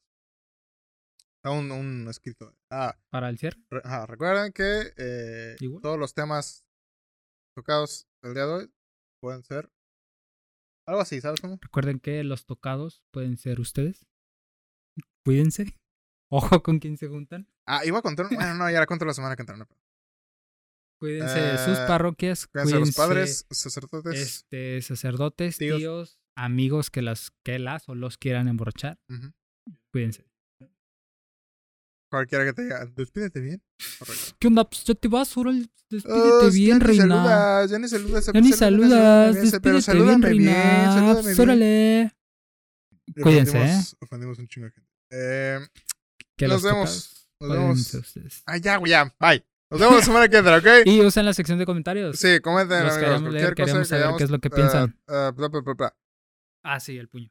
S1: Ah, Un, un escrito. Ah,
S2: Para el cierre.
S1: re- ajá, recuerden que eh,
S2: Igual.
S1: todos los temas tocados el día de hoy pueden ser algo así, ¿sabes cómo?
S2: Recuerden que los tocados pueden ser ustedes. Cuídense. [laughs] Ojo con quién se juntan.
S1: Ah, iba a contar. un- Bueno, no, ya la cuento la semana que
S2: [laughs]
S1: entra. No,
S2: Cuídense
S1: Eh,
S2: de sus parroquias,
S1: cuídense
S2: cuídense,
S1: a los padres, sacerdotes.
S2: este, sacerdotes,
S1: tíos.
S2: tíos, amigos que las, que las o los quieran emborrachar.
S1: Ujú.
S2: Cuídense.
S1: Cualquiera que te diga, despídete bien. Correcto.
S2: ¿Qué onda? Pues ya te vas, Oral.
S1: Oh,
S2: Despídete
S1: sí, ya
S2: bien,
S1: ni
S2: reina.
S1: saludas, Ya ni saludas.
S2: Ya
S1: salúdame,
S2: ni saludas.
S1: salúdame bien, pero
S2: Despídete bien,
S1: salúdame bien,
S2: reina.
S1: salúdame
S2: Pues,
S1: bien.
S2: órale.
S1: Y
S2: Cuídense, ¿eh?
S1: ofendimos- Ofendimos un chingo de gente. Eh,
S2: Que
S1: Nos
S2: los
S1: vemos,
S2: tocados
S1: nos
S2: pueden
S1: vemos.
S2: ser ustedes.
S1: ah, ya, güey, ya. Bye. Nos vemos la semana que entra,
S2: [laughs]
S1: ¿ok?
S2: Y usen la sección de comentarios.
S1: Sí, comenten,
S2: Los
S1: amigos.
S2: queremos
S1: cualquier
S2: leer,
S1: cosa
S2: queremos
S1: que eh,
S2: saber qué
S1: hayamos-
S2: es lo que
S1: ah,
S2: piensan.
S1: ah, bla, bla, bla, bla.
S2: Ah, sí, el puño.